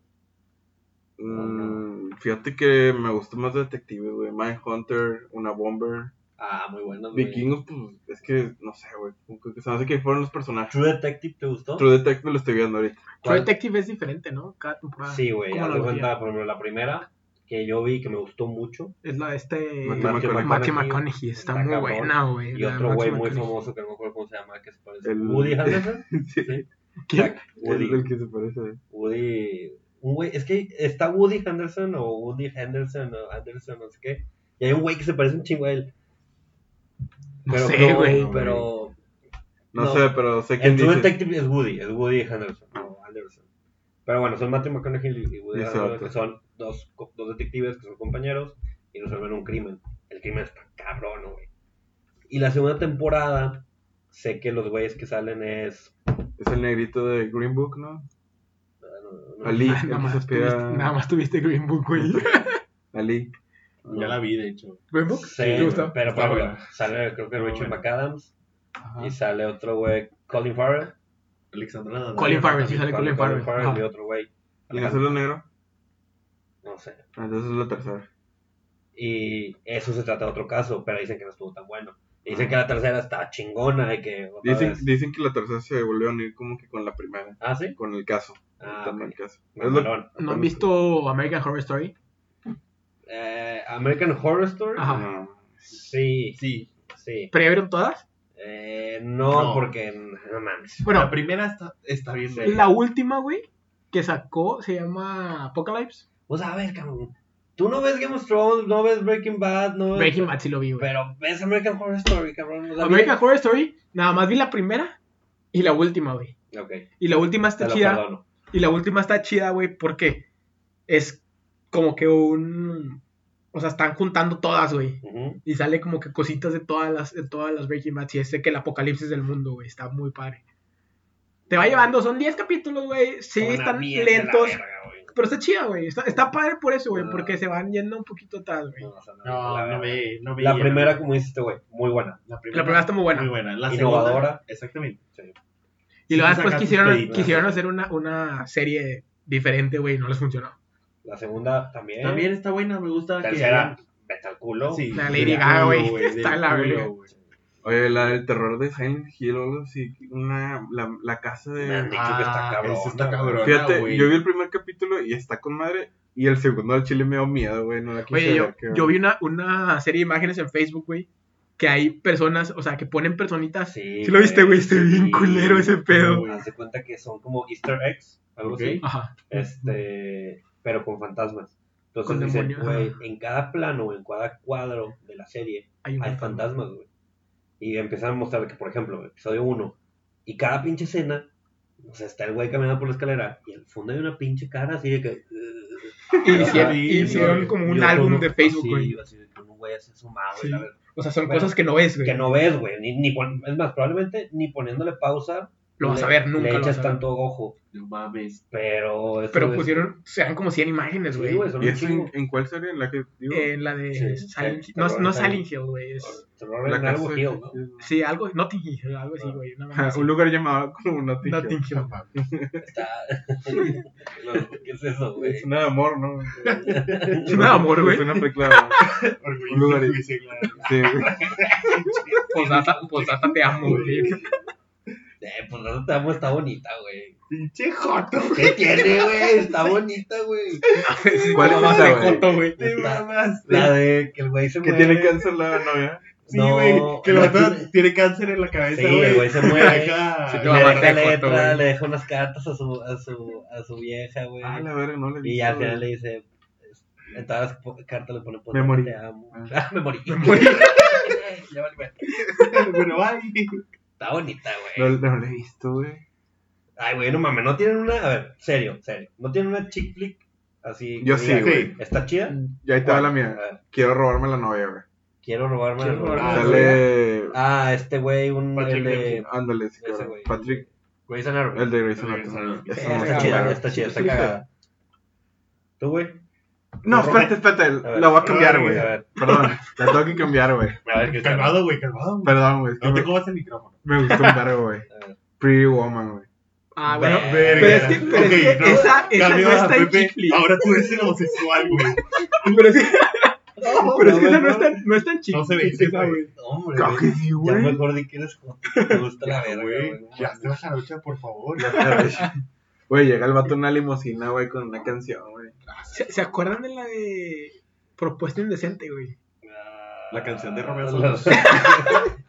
D: Mm, fíjate que me gustó más Detective, güey. Mindhunter, una Bomber.
A: Ah, muy bueno, güey.
D: Vikingos, pues es que no sé, güey. como que Se me hace que fueron los personajes.
A: True Detective, ¿te gustó?
D: True Detective lo estoy viendo ahorita.
B: True
A: ¿Cuál?
B: Detective es diferente, ¿no? Cada temporada.
A: Ah, Sí, güey,
B: ¿Cómo
A: haz
B: la
A: de
B: veía?
A: cuenta, por ejemplo, la primera que yo vi que me gustó mucho.
B: Es la de este.
D: Matthew
B: Matthew
A: McConaughey.
B: McConaughey. Está,
A: Está
B: muy
A: cabrón.
B: buena, güey.
A: Y
B: la de
A: otro
B: Matthew
A: güey muy
B: McConaughey.
A: famoso que no me acuerdo cómo se llama, que se parece.
D: El-
A: Woody Harrelson.
D: Sí.
A: Sí.
D: ¿Quién?
A: Jack,
D: Es
A: Woody.
D: el que se parece.
A: Woody. Un güey, es que está Woody Henderson o Woody Henderson o Anderson, no sé qué. Y hay un güey que se parece un chingo a él.
B: No
A: Pero
B: sé, güey.
A: pero.
D: No,
A: No.
D: sé, pero sé quién
A: El True
D: dice.
A: Detective es Woody, es Woody Henderson o Anderson. Pero bueno, son Matthew McConaughey y Woody
D: Ese
A: Harrelson,
D: vato.
A: que son dos, co- dos detectives que son compañeros y resuelven un crimen. El crimen está cabrón, güey. Y la segunda temporada, sé que los güeyes que salen es.
D: Es el negrito de Green Book, ¿no?
A: no, no, no,
D: Ali,
B: Ah,
D: el
B: nada,
D: que
B: más
D: se pega.
B: tuviste, nada más tuviste Green Book, güey.
D: Ali.
A: no.
C: Ya la vi, de hecho.
B: ¿Green Book?
A: Sí,
B: ¿Te gustó?
A: pero por
C: Está
A: ejemplo,
C: buena.
A: sale creo que
C: Está
A: Richard
C: buena.
A: McAdams
B: Ajá.
A: y sale otro güey, Colin Farrell.
C: Alexandra Daddario
B: Colin Farrell, sí
C: también.
B: sale Colin Farrell.
A: y
B: Ajá.
A: otro güey.
D: ¿Y no es el negro?
A: No sé.
D: Ah, Entonces es la tercera.
A: Y eso se trata de otro caso, pero dicen que no estuvo tan bueno. Y Dicen que la tercera está chingona y que... otra
D: Dicen,
A: vez-
D: dicen que la tercera se volvió a unir como que con la primera.
A: Ah, sí.
D: Con el caso.
A: Ah,
D: Con
A: ok.
D: el caso. Es lo-
A: Mamalón.
B: ¿No han visto American Horror Story?
A: Eh, American Horror Story.
B: Ajá.
D: No.
A: Sí,
C: Sí.
A: sí.
B: ¿Pero ya vieron todas?
A: Eh, no,
C: No.
A: porque... No mames.
B: Bueno,
C: la primera está, está bien.
A: Sí.
C: verga.
B: la última, güey, que sacó se llama Apocalypse.
A: Vos a ver, cabrón. Tú no ves Game of Thrones, no ves Breaking Bad, no ves...
B: Breaking Bad sí lo vi, güey.
A: Pero ves American Horror Story, cabrón. O sea,
B: American Horror Story, nada más vi la primera y la última, güey.
A: Ok,
B: Y la última
A: te
B: está
A: lo
B: chida.
A: perdono.
B: Y la última está chida, güey, porque es como que un... O sea, están juntando todas, güey.
A: Ujú.
B: Y sale como que cositas de todas las, de todas las Breaking Bad. Y ese que el apocalipsis del mundo, güey. Está muy padre. Te va llevando, son 10 capítulos, güey. Sí,
A: Una
B: están
A: mierda, la
B: lentos.
A: verga, güey.
B: pero está chida, güey. Está, está padre por eso, güey,
A: Ah.
B: porque se van yendo un poquito atrás, güey.
A: No, o sea, no,
C: No,
A: la,
C: no
A: verdad.
C: ve, no veía.
A: La primera, como dice este güey, muy buena.
C: La
B: La primera está muy buena.
C: Muy buena. La
A: Innovadora.
C: segunda, Exactamente.
B: Y luego después
C: Sí, saca tus
B: quisieron,
C: pedidos,
B: quisieron
A: ¿no?
B: hacer una, una serie diferente, güey, y no les funcionó.
A: La segunda también.
C: También está buena, me gusta. que-
A: Eh. Tercera, vete al culo.
C: Sí,
B: La
C: del
B: Lady Gaga,
C: culo,
B: güey, está
C: del
B: la
C: culo,
B: verga.
C: güey.
D: Oye, la del terror de Silent Hill o algo así. Una, la, la casa
A: Me han
D: de.
A: dicho que está
C: Ah,
A: cabrón.
C: ese está cabrón.
D: Fíjate,
C: güey.
D: yo vi el primer capítulo y está con madre. Y el segundo al chile me dio miedo, güey. No la quise
B: Oye, yo,
D: ver, que-
B: yo vi una, una serie de imágenes en Facebook, güey, que hay personas, o sea, que ponen personitas.
A: Sí.
B: ¿Sí lo viste, güey? Está bien
A: Sí.
B: culero ese pedo.
A: Haz de cuenta que son como Easter eggs, algo
C: Ok.
A: así.
B: Ajá.
A: Este, pero con fantasmas. Entonces
B: Con
A: dicen,
B: demonios,
A: güey,
B: ajá.
A: en cada plano o en cada cuadro de la serie
B: Hay un
A: hay fantasmas, güey. Y empiezan a mostrar que, por ejemplo, episodio 1, y cada pinche escena, o sea, está el güey caminando por la escalera y al fondo hay una pinche cara así de que. eh,
B: Y
A: Ajá,
B: hicieron,
C: sí,
B: y hicieron
C: güey.
B: como un
A: yo
B: álbum
A: con-
B: de Facebook,
A: así,
B: güey.
A: así de que un güey así asomado y
B: Sí.
A: la verdad.
B: O sea, son
A: Bueno,
B: cosas que no ves,
A: que
B: güey.
A: no ves, güey. Ni, ni cuan- es más, probablemente ni poniéndole pausa.
B: Lo vas
A: le-
B: a ver, nunca
A: Le
B: lo vas
A: echas
B: a ver.
A: tanto ojo.
C: No mames.
A: Pero. eso
B: Pero
A: es-
B: pusieron, serán como 100 imágenes,
A: Sí,
B: güey.
A: güey, son
D: ¿Y
A: un
D: eso
A: chingo.
D: en, en cuál serie? ¿En la que digo?
B: Eh, la de
A: Sí,
B: Silent
A: sí,
B: No,
A: terror,
B: no
A: Silent
B: Silent Hill, güey. es-
A: Terror
D: la
A: en algo,
D: de
A: Hill, ¿no?
D: Silent Hill.
B: Sí, algo, Notting Hill, algo así, güey. una mamá
D: Ajá,
B: así.
D: Ah, Un lugar llamado como Notting Hill.
B: Notting Hill.
A: Está... ¿Qué es eso, güey?
D: Es una de amor, ¿no?
B: Es un amor, güey.
D: Es una película de amor.
C: Un
D: lugar. Sí, güey.
B: Posdata, posdata pues te amo, güey.
A: Eh, pues no te amo, está bonita, güey.
C: Pinche joto.
A: ¿Qué tiene, güey? Está bonita, güey.
D: ¿Cuál es
B: Mamá
D: esa,
B: de
D: güey?
B: joto, güey.
C: Te mamaste.
A: La de que el güey se
D: Que
A: muere.
D: tiene cáncer la novia.
C: Sí,
A: No,
C: güey. que el
A: la-
C: vato tiene cáncer en la cabeza,
A: Sí, el güey se muere.
C: Ajá.
B: Sí, te
A: Le
B: va a
A: deja
B: matar de joto,
A: letra,
B: güey.
A: le deja unas cartas a su, a su, a su vieja, güey.
D: Ah, la verga, no la vi.
A: Y al final le dice, es- en todas las po- cartas le pone, pues,
D: Me morí.
A: te amo.
D: Ah.
A: Ah, me morí. Ya vale, güey.
C: Bueno, ay.
A: Está bonita,
D: No,
A: güey.
D: no la he visto, güey.
A: Ay, güey, no mames, no tienen una, a ver, serio, serio. No tienen una chick flick así.
D: Yo
A: que
D: sí,
A: diga,
D: güey.
A: ¿Está chida?
D: Y ahí te va la
A: ¿Cuál?
D: mía.
A: A ver,
D: Quiero robarme la novia, güey.
A: Quiero robarme
B: Quiero
A: la novia.
B: robarme
C: la
D: Sale.
A: Ah, este Ah, güey, un
C: Patrick
A: el de
D: Ándale, sí,
A: ese
D: claro.
A: güey.
D: Patrick,
A: Grey's Anatomy.
D: el de Grey's
C: Grey's
D: Anatomy.
C: Anatomy.
D: Esa
A: Eh,
D: no
A: Está
D: me
A: chida,
D: acuerdo.
A: está chida, está
D: Sí,
A: cagada. ¿Tú, güey?
D: No,
A: Roberto.
D: espérate,
A: A
D: espérate.
A: ver.
D: La voy a cambiar, güey.
A: A ver,
D: Perdón, la tengo que cambiar, güey.
A: a ver, ¿qué tal?
C: Calmado, güey, calmado. güey.
D: Perdón, güey. es que
C: No te
D: me-
C: comas el micrófono.
D: Me gustó un vergo, güey.
A: A ver.
D: Pretty Woman, güey.
B: Ah, bueno.
A: Verga.
B: Pero es que, pero es que
C: Ok, no.
B: esa, esa no
C: Cambiamos a
B: está en
C: Pepe.
B: Chicli.
C: Ahora tú eres el homosexual, güey.
B: Pero es que, pero es
A: No,
B: que esa no
A: güey,
B: está, no está en Chicli.
C: No se ve,
B: esa,
C: güey.
B: güey.
A: Hombre,
D: Claro que sí,
A: Ya me
D: güey.
A: acordé que eres joto. Me gusta la verga, güey.
C: Güey, ya se baja la lucha, por favor.
D: Güey, llega el vato en una limusina, güey, con una canción, güey.
B: ¿Se, se acuerdan de la de Propuesta Indecente, güey?
C: La canción de Romeo
A: Los-
C: Santos.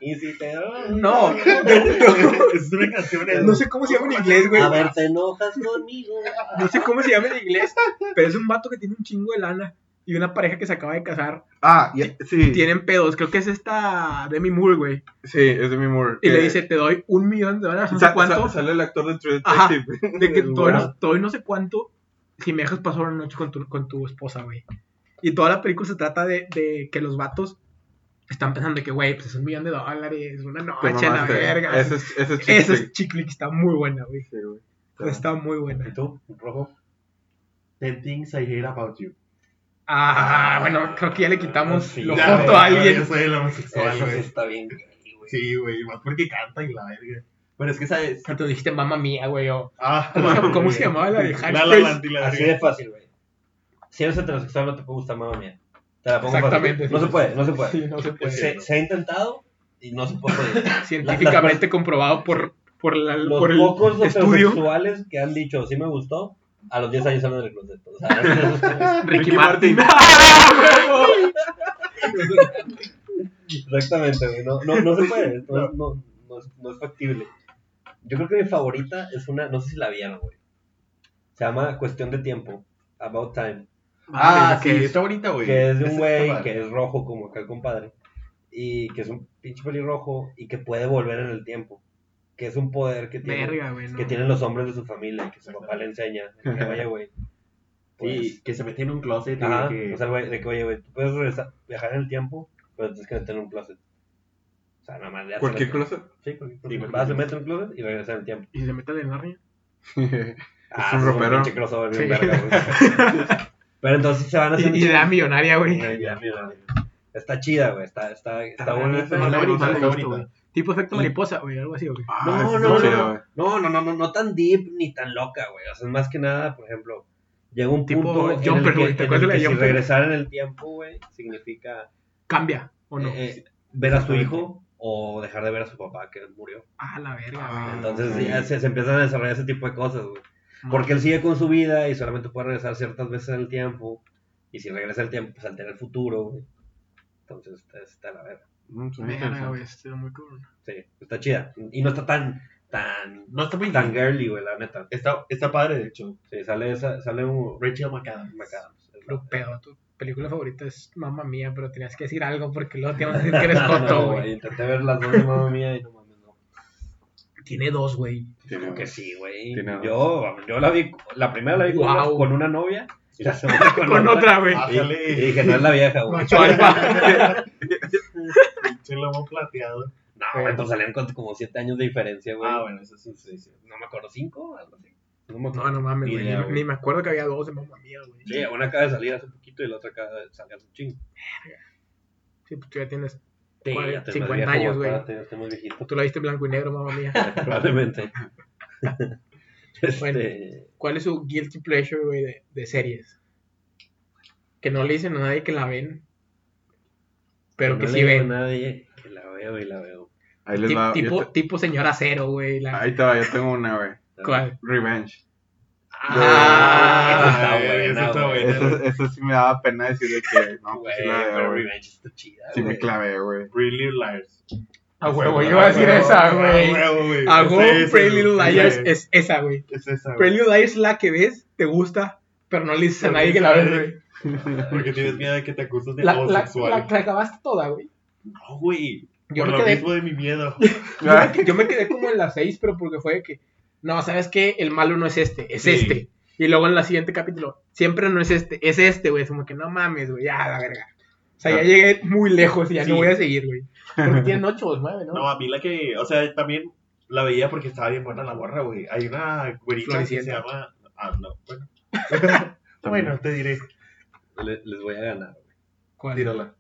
A: y si te
B: No.
C: Es una canción. es-
B: No sé cómo se llama en inglés, güey.
A: A ver, te enojas conmigo.
B: No sé cómo se llama en inglés, pero es un vato que tiene un chingo de lana y una pareja que se acaba de casar.
D: Ah, y- sí.
B: Tienen pedos, creo que es esta Demi Moore, güey.
D: Sí, es Demi Moore.
B: Y le
D: que-
B: dice, te doy un millón de dólares, no sé
D: Eh, Sa-
B: cuánto,
D: sa- sale el actor de True
B: Ajá,
D: Detective.
B: de que
D: El
B: todo
D: vato.
B: no, todo y no sé cuánto si me dejas pasar una noche con tu, con tu esposa, güey. Y toda la película se trata de, de que los vatos están pensando de que, güey, pues es un millón de dólares, una
D: Te
B: noche, la
D: mamaste.
B: verga.
D: Ese es, ese es chick
B: Esa es
D: flick.
B: chick flick, está muy buena, güey.
D: Sí, güey.
B: Está muy buena.
A: ¿Y tú, rojo?
C: Ten things I hate about you.
B: Ah, bueno, creo que ya le quitamos
A: Sí,
B: lo
A: ya,
B: foto
A: güey,
B: a
C: Yo
B: alguien.
C: soy el
A: Eso
C: homosexual,
A: sí
C: güey.
A: está bien, gay, güey.
C: Sí, güey, más porque canta y la verga. Pero es que sabes.
B: Pero tú dijiste, mamá mía, güey. o-
C: Ah,
B: ¿Cómo se-
C: güey.
B: cómo se llamaba la de
C: La
B: Harry
C: La
B: Styles?
C: Land y la
A: Así
C: verga.
A: de fácil, güey. Si eres heterosexual, no te puede gustar mamá mía. Te la pongo fácil.
B: Exactamente.
A: No se puede, no se puede.
B: Sí, no se puede.
A: Se, se ha intentado y no se puede.
B: Científicamente comprobado por, por, la,
A: Los
B: por el
A: pocos
B: estudio.
A: heterosexuales que han dicho, sí me gustó, a los 10 años salen del closet. O sea,
B: Ricky
D: Ricky
B: Martin.
A: Exactamente, güey. No, no, no se puede. No, es- no- no es, no es factible. Yo creo que mi favorita es una, no sé si la vieron, güey. Se llama Cuestión de Tiempo. About Time.
C: Ah, sí,
B: que es-
C: está bonita, güey.
A: Que es de
C: Esa
A: un güey
C: está
A: que es rojo, como acá el compadre. Y que es un pinche pelirrojo y que puede volver en el tiempo. Que es un poder que tiene.
B: Verga, güey. no.
A: Que tienen los hombres de su familia y que su papá le enseña. de Que vaya, güey. Pues,
C: padre. Sí, que se metió en un closet. y
A: Ajá,
C: que-
A: o sea, güey, de que, oye, güey, tú puedes regresar, viajar en el tiempo, pero tienes que meter en un closet. O sea, nada más le haces-
D: Cualquier cosa.
A: Sí, cualquier
C: Sí,
A: closet.
C: cualquier
A: Vas, le
C: closet.
A: metes en un closet y regresas en el tiempo.
B: Y se mete de Narnia.
A: Ah,
D: un
A: es un
D: ropero.
A: pinche crossover bien
B: Sí.
A: verga, güey. Pero entonces se van a hacer.
B: Ah, Y, y la millonaria, güey.
A: Ay, ya, mira, Está chida, güey. Está, está, está
D: Ah,
A: buena.
D: esa
A: esa-
D: no la he visto,
C: está
D: no la he
C: bonita.
D: visto,
B: Tipo efecto mariposa, güey, algo así, güey.
D: Ah,
A: No,
D: esa
A: no,
D: está chida,
A: no.
D: güey.
A: No, no, no, no, no tan deep ni tan loca, güey. O sea, es más que nada, por ejemplo, llega un
B: Tipo
A: punto en
B: Jumper,
A: el que,
B: güey, ¿te
A: en
B: acuerdas
A: el
B: de
A: que si
B: Jumper?
A: regresar en el tiempo, güey, significa
B: Cambia, ¿o no?
A: eh, eh, ver a su hijo o dejar de ver a su papá que murió.
B: ah, Ah. la verga,
D: Ah,
B: güey.
A: Entonces
D: ok.
A: ya se, se empiezan a desarrollar ese tipo de cosas, güey. Porque él sigue con su vida y solamente puede regresar ciertas veces en el tiempo. Y si regresa el tiempo, pues altera el futuro, güey. Entonces está, está la verga.
D: Mm, suena
B: Verga,
D: interesante.
B: güey, estoy muy cabrón.
A: Sí, está chida. Y no está tan, tan,
C: No está muy
A: tan girly, güey, la neta.
C: Está, está padre, de hecho.
A: Sí, sale, esa- sale un...
C: Rachel McAdams.
A: McAdams. Es
B: Lo
A: la-
B: pedo, tu película favorita es Mamma Mía, pero tenías que decir algo porque luego te iban a decir que eres
A: No,
B: coto,
A: güey,
B: güey.
A: Intenté ver las dos de mamá mía y no mames, no.
B: Tiene dos, güey.
D: Tiene-
A: Creo que sí, güey.
D: Tiene dos.
A: Yo, yo la vi, la primera la vi con,
B: Guau.
A: con una novia y la segunda con,
B: Con otra, güey.
A: Y, y dije, Ah, no es la vieja, güey.
B: Macho alfa.
C: Se lo hemos plateado.
A: No, güey, pues salían con como siete años de diferencia, güey.
C: Ah, bueno, eso sí, sí, sí.
A: No me acuerdo, cinco, algo así. No me acuerdo.
B: No, no mames, güey.
A: Idea,
B: Ni-
A: güey.
B: Ni me acuerdo que había dos de Mamma Mía, güey.
A: Sí, una acaba de salir hace poquito y la otra acaba de salir hace un chingo.
B: Sí, pues tú ya tienes.
A: Sí,
B: Cuarenta,
A: ya estoy más
B: 50
A: viejo,
B: años, güey.
A: acuérdate, Ya estoy más viejito.
B: Tú la viste en blanco y negro, Mamma Mía.
A: Probablemente. este,
B: ¿Cuál es su guilty pleasure, güey, de, de series? Que no le dicen a nadie que la ven, pero que
A: no
B: sí
A: le digo
B: ven.
A: a nadie que la veo y la veo.
D: Ahí les
B: Ti-
D: va. yo
B: tipo,
D: te-
B: tipo señora cero, güey. la-
D: Ahí te va, yo tengo una, güey.
B: ¿Cuál?
D: Revenge.
A: Ah,
C: Ah,
A: esa está
C: esa
A: buena,
C: está
A: güey.
C: buena.
D: Eso, eso sí me daba pena decir de que no, pues
A: Güey,
D: sí la veo,
A: pero
D: güey.
A: Revenge está chida,
D: Sí
A: güey.
D: me clavé, güey.
C: Pretty Little Liars.
B: A huevo,
D: Esa-
B: yo iba a decir
D: a
B: esa, güey.
C: A huevo, güey.
B: A
C: Esa
B: huevo,
C: es,
B: Pretty Little
C: güey.
B: Liars es esa, güey.
C: Es
B: Pretty
C: esa, Ah, güey.
B: Little Liars es la que ves, te gusta, pero no le dices a
C: Pero
B: nadie
C: no
B: que la ves,
C: sabe.
B: güey.
C: Porque tienes miedo de que te acuses de
B: La, la,
C: homosexual.
B: la- la acabaste toda, güey.
C: No, güey.
B: Yo
C: Por
B: me
C: lo
B: quedé-
C: mismo de mi miedo.
B: Yo me que- yo me quedé como en las seis, pero porque fue de que, no, sabes que el malo no es este, es
C: Sí.
B: este. Y luego en la siguiente capítulo, siempre no es este, es este, güey. Es como que no mames, güey, ya la verga. O sea, ya
D: Ah.
B: llegué muy lejos y ya
C: Sí.
B: no voy a seguir, güey. Porque tienen ocho o nueve, ¿no?
C: No, a mí la que, o sea, también la veía porque estaba bien buena la borra, güey. Hay una güerita que se
B: Floricienta.
C: llama. Ah, no, bueno. bueno, te diré.
A: Le- les voy a ganar.
B: ¿Cuál?
C: Tírala.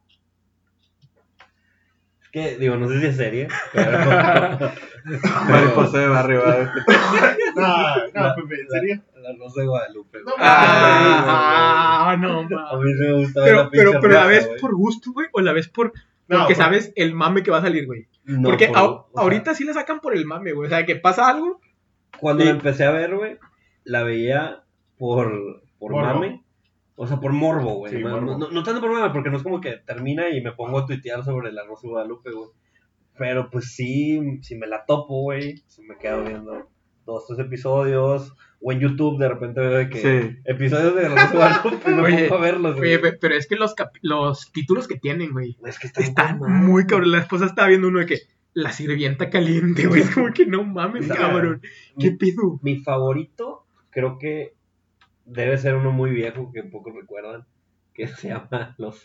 A: Es que, digo, no sé si es serie, pero
D: Mariposa de barrio, güey.
C: No, no, Pepe, ¿en serio?
A: la Rosa de Guadalupe. güey.
C: No,
B: Ah, ah, no,
A: A
B: mames.
A: mí sí me gusta ver
B: Pero,
A: la
B: pero,
A: pinche
B: pero la
A: Rosa,
B: ves
A: güey.
B: por gusto, güey, o la ves por.
C: No,
B: porque
C: por-
B: sabes el mame que va a salir, güey.
A: No,
B: porque
A: por-
B: a-
A: o sea,
B: ahorita sí la sacan por el mame, güey. O sea, que pasa algo.
A: Cuando
B: Sí.
A: la empecé a ver, güey, la veía por, por
C: Morbo.
A: mame. O sea, por morbo, güey.
C: Sí,
A: no,
C: morbo.
A: no- no tanto por mame, porque no es como que termina y me pongo a tuitear sobre la Rosa de Guadalupe, güey. Pero pues sí, si me la topo, güey, si me quedo viendo dos, tres episodios. O en YouTube de repente veo de que
D: Sí.
A: episodios de la Rosa de Guadalupe y me
B: Oye,
A: pongo a verlos, güey.
B: Oye, pe- eh, pero es que los, cap- los títulos que tienen, güey.
A: Es que está
B: Están Ah, muy cabrón. La esposa estaba viendo uno de que la sirvienta caliente, güey. Es como que no mames,
A: Está-
B: cabrón. ¿Qué pedo?
A: Mi favorito, creo que debe ser uno muy viejo que pocos recuerdan, que se llama Los,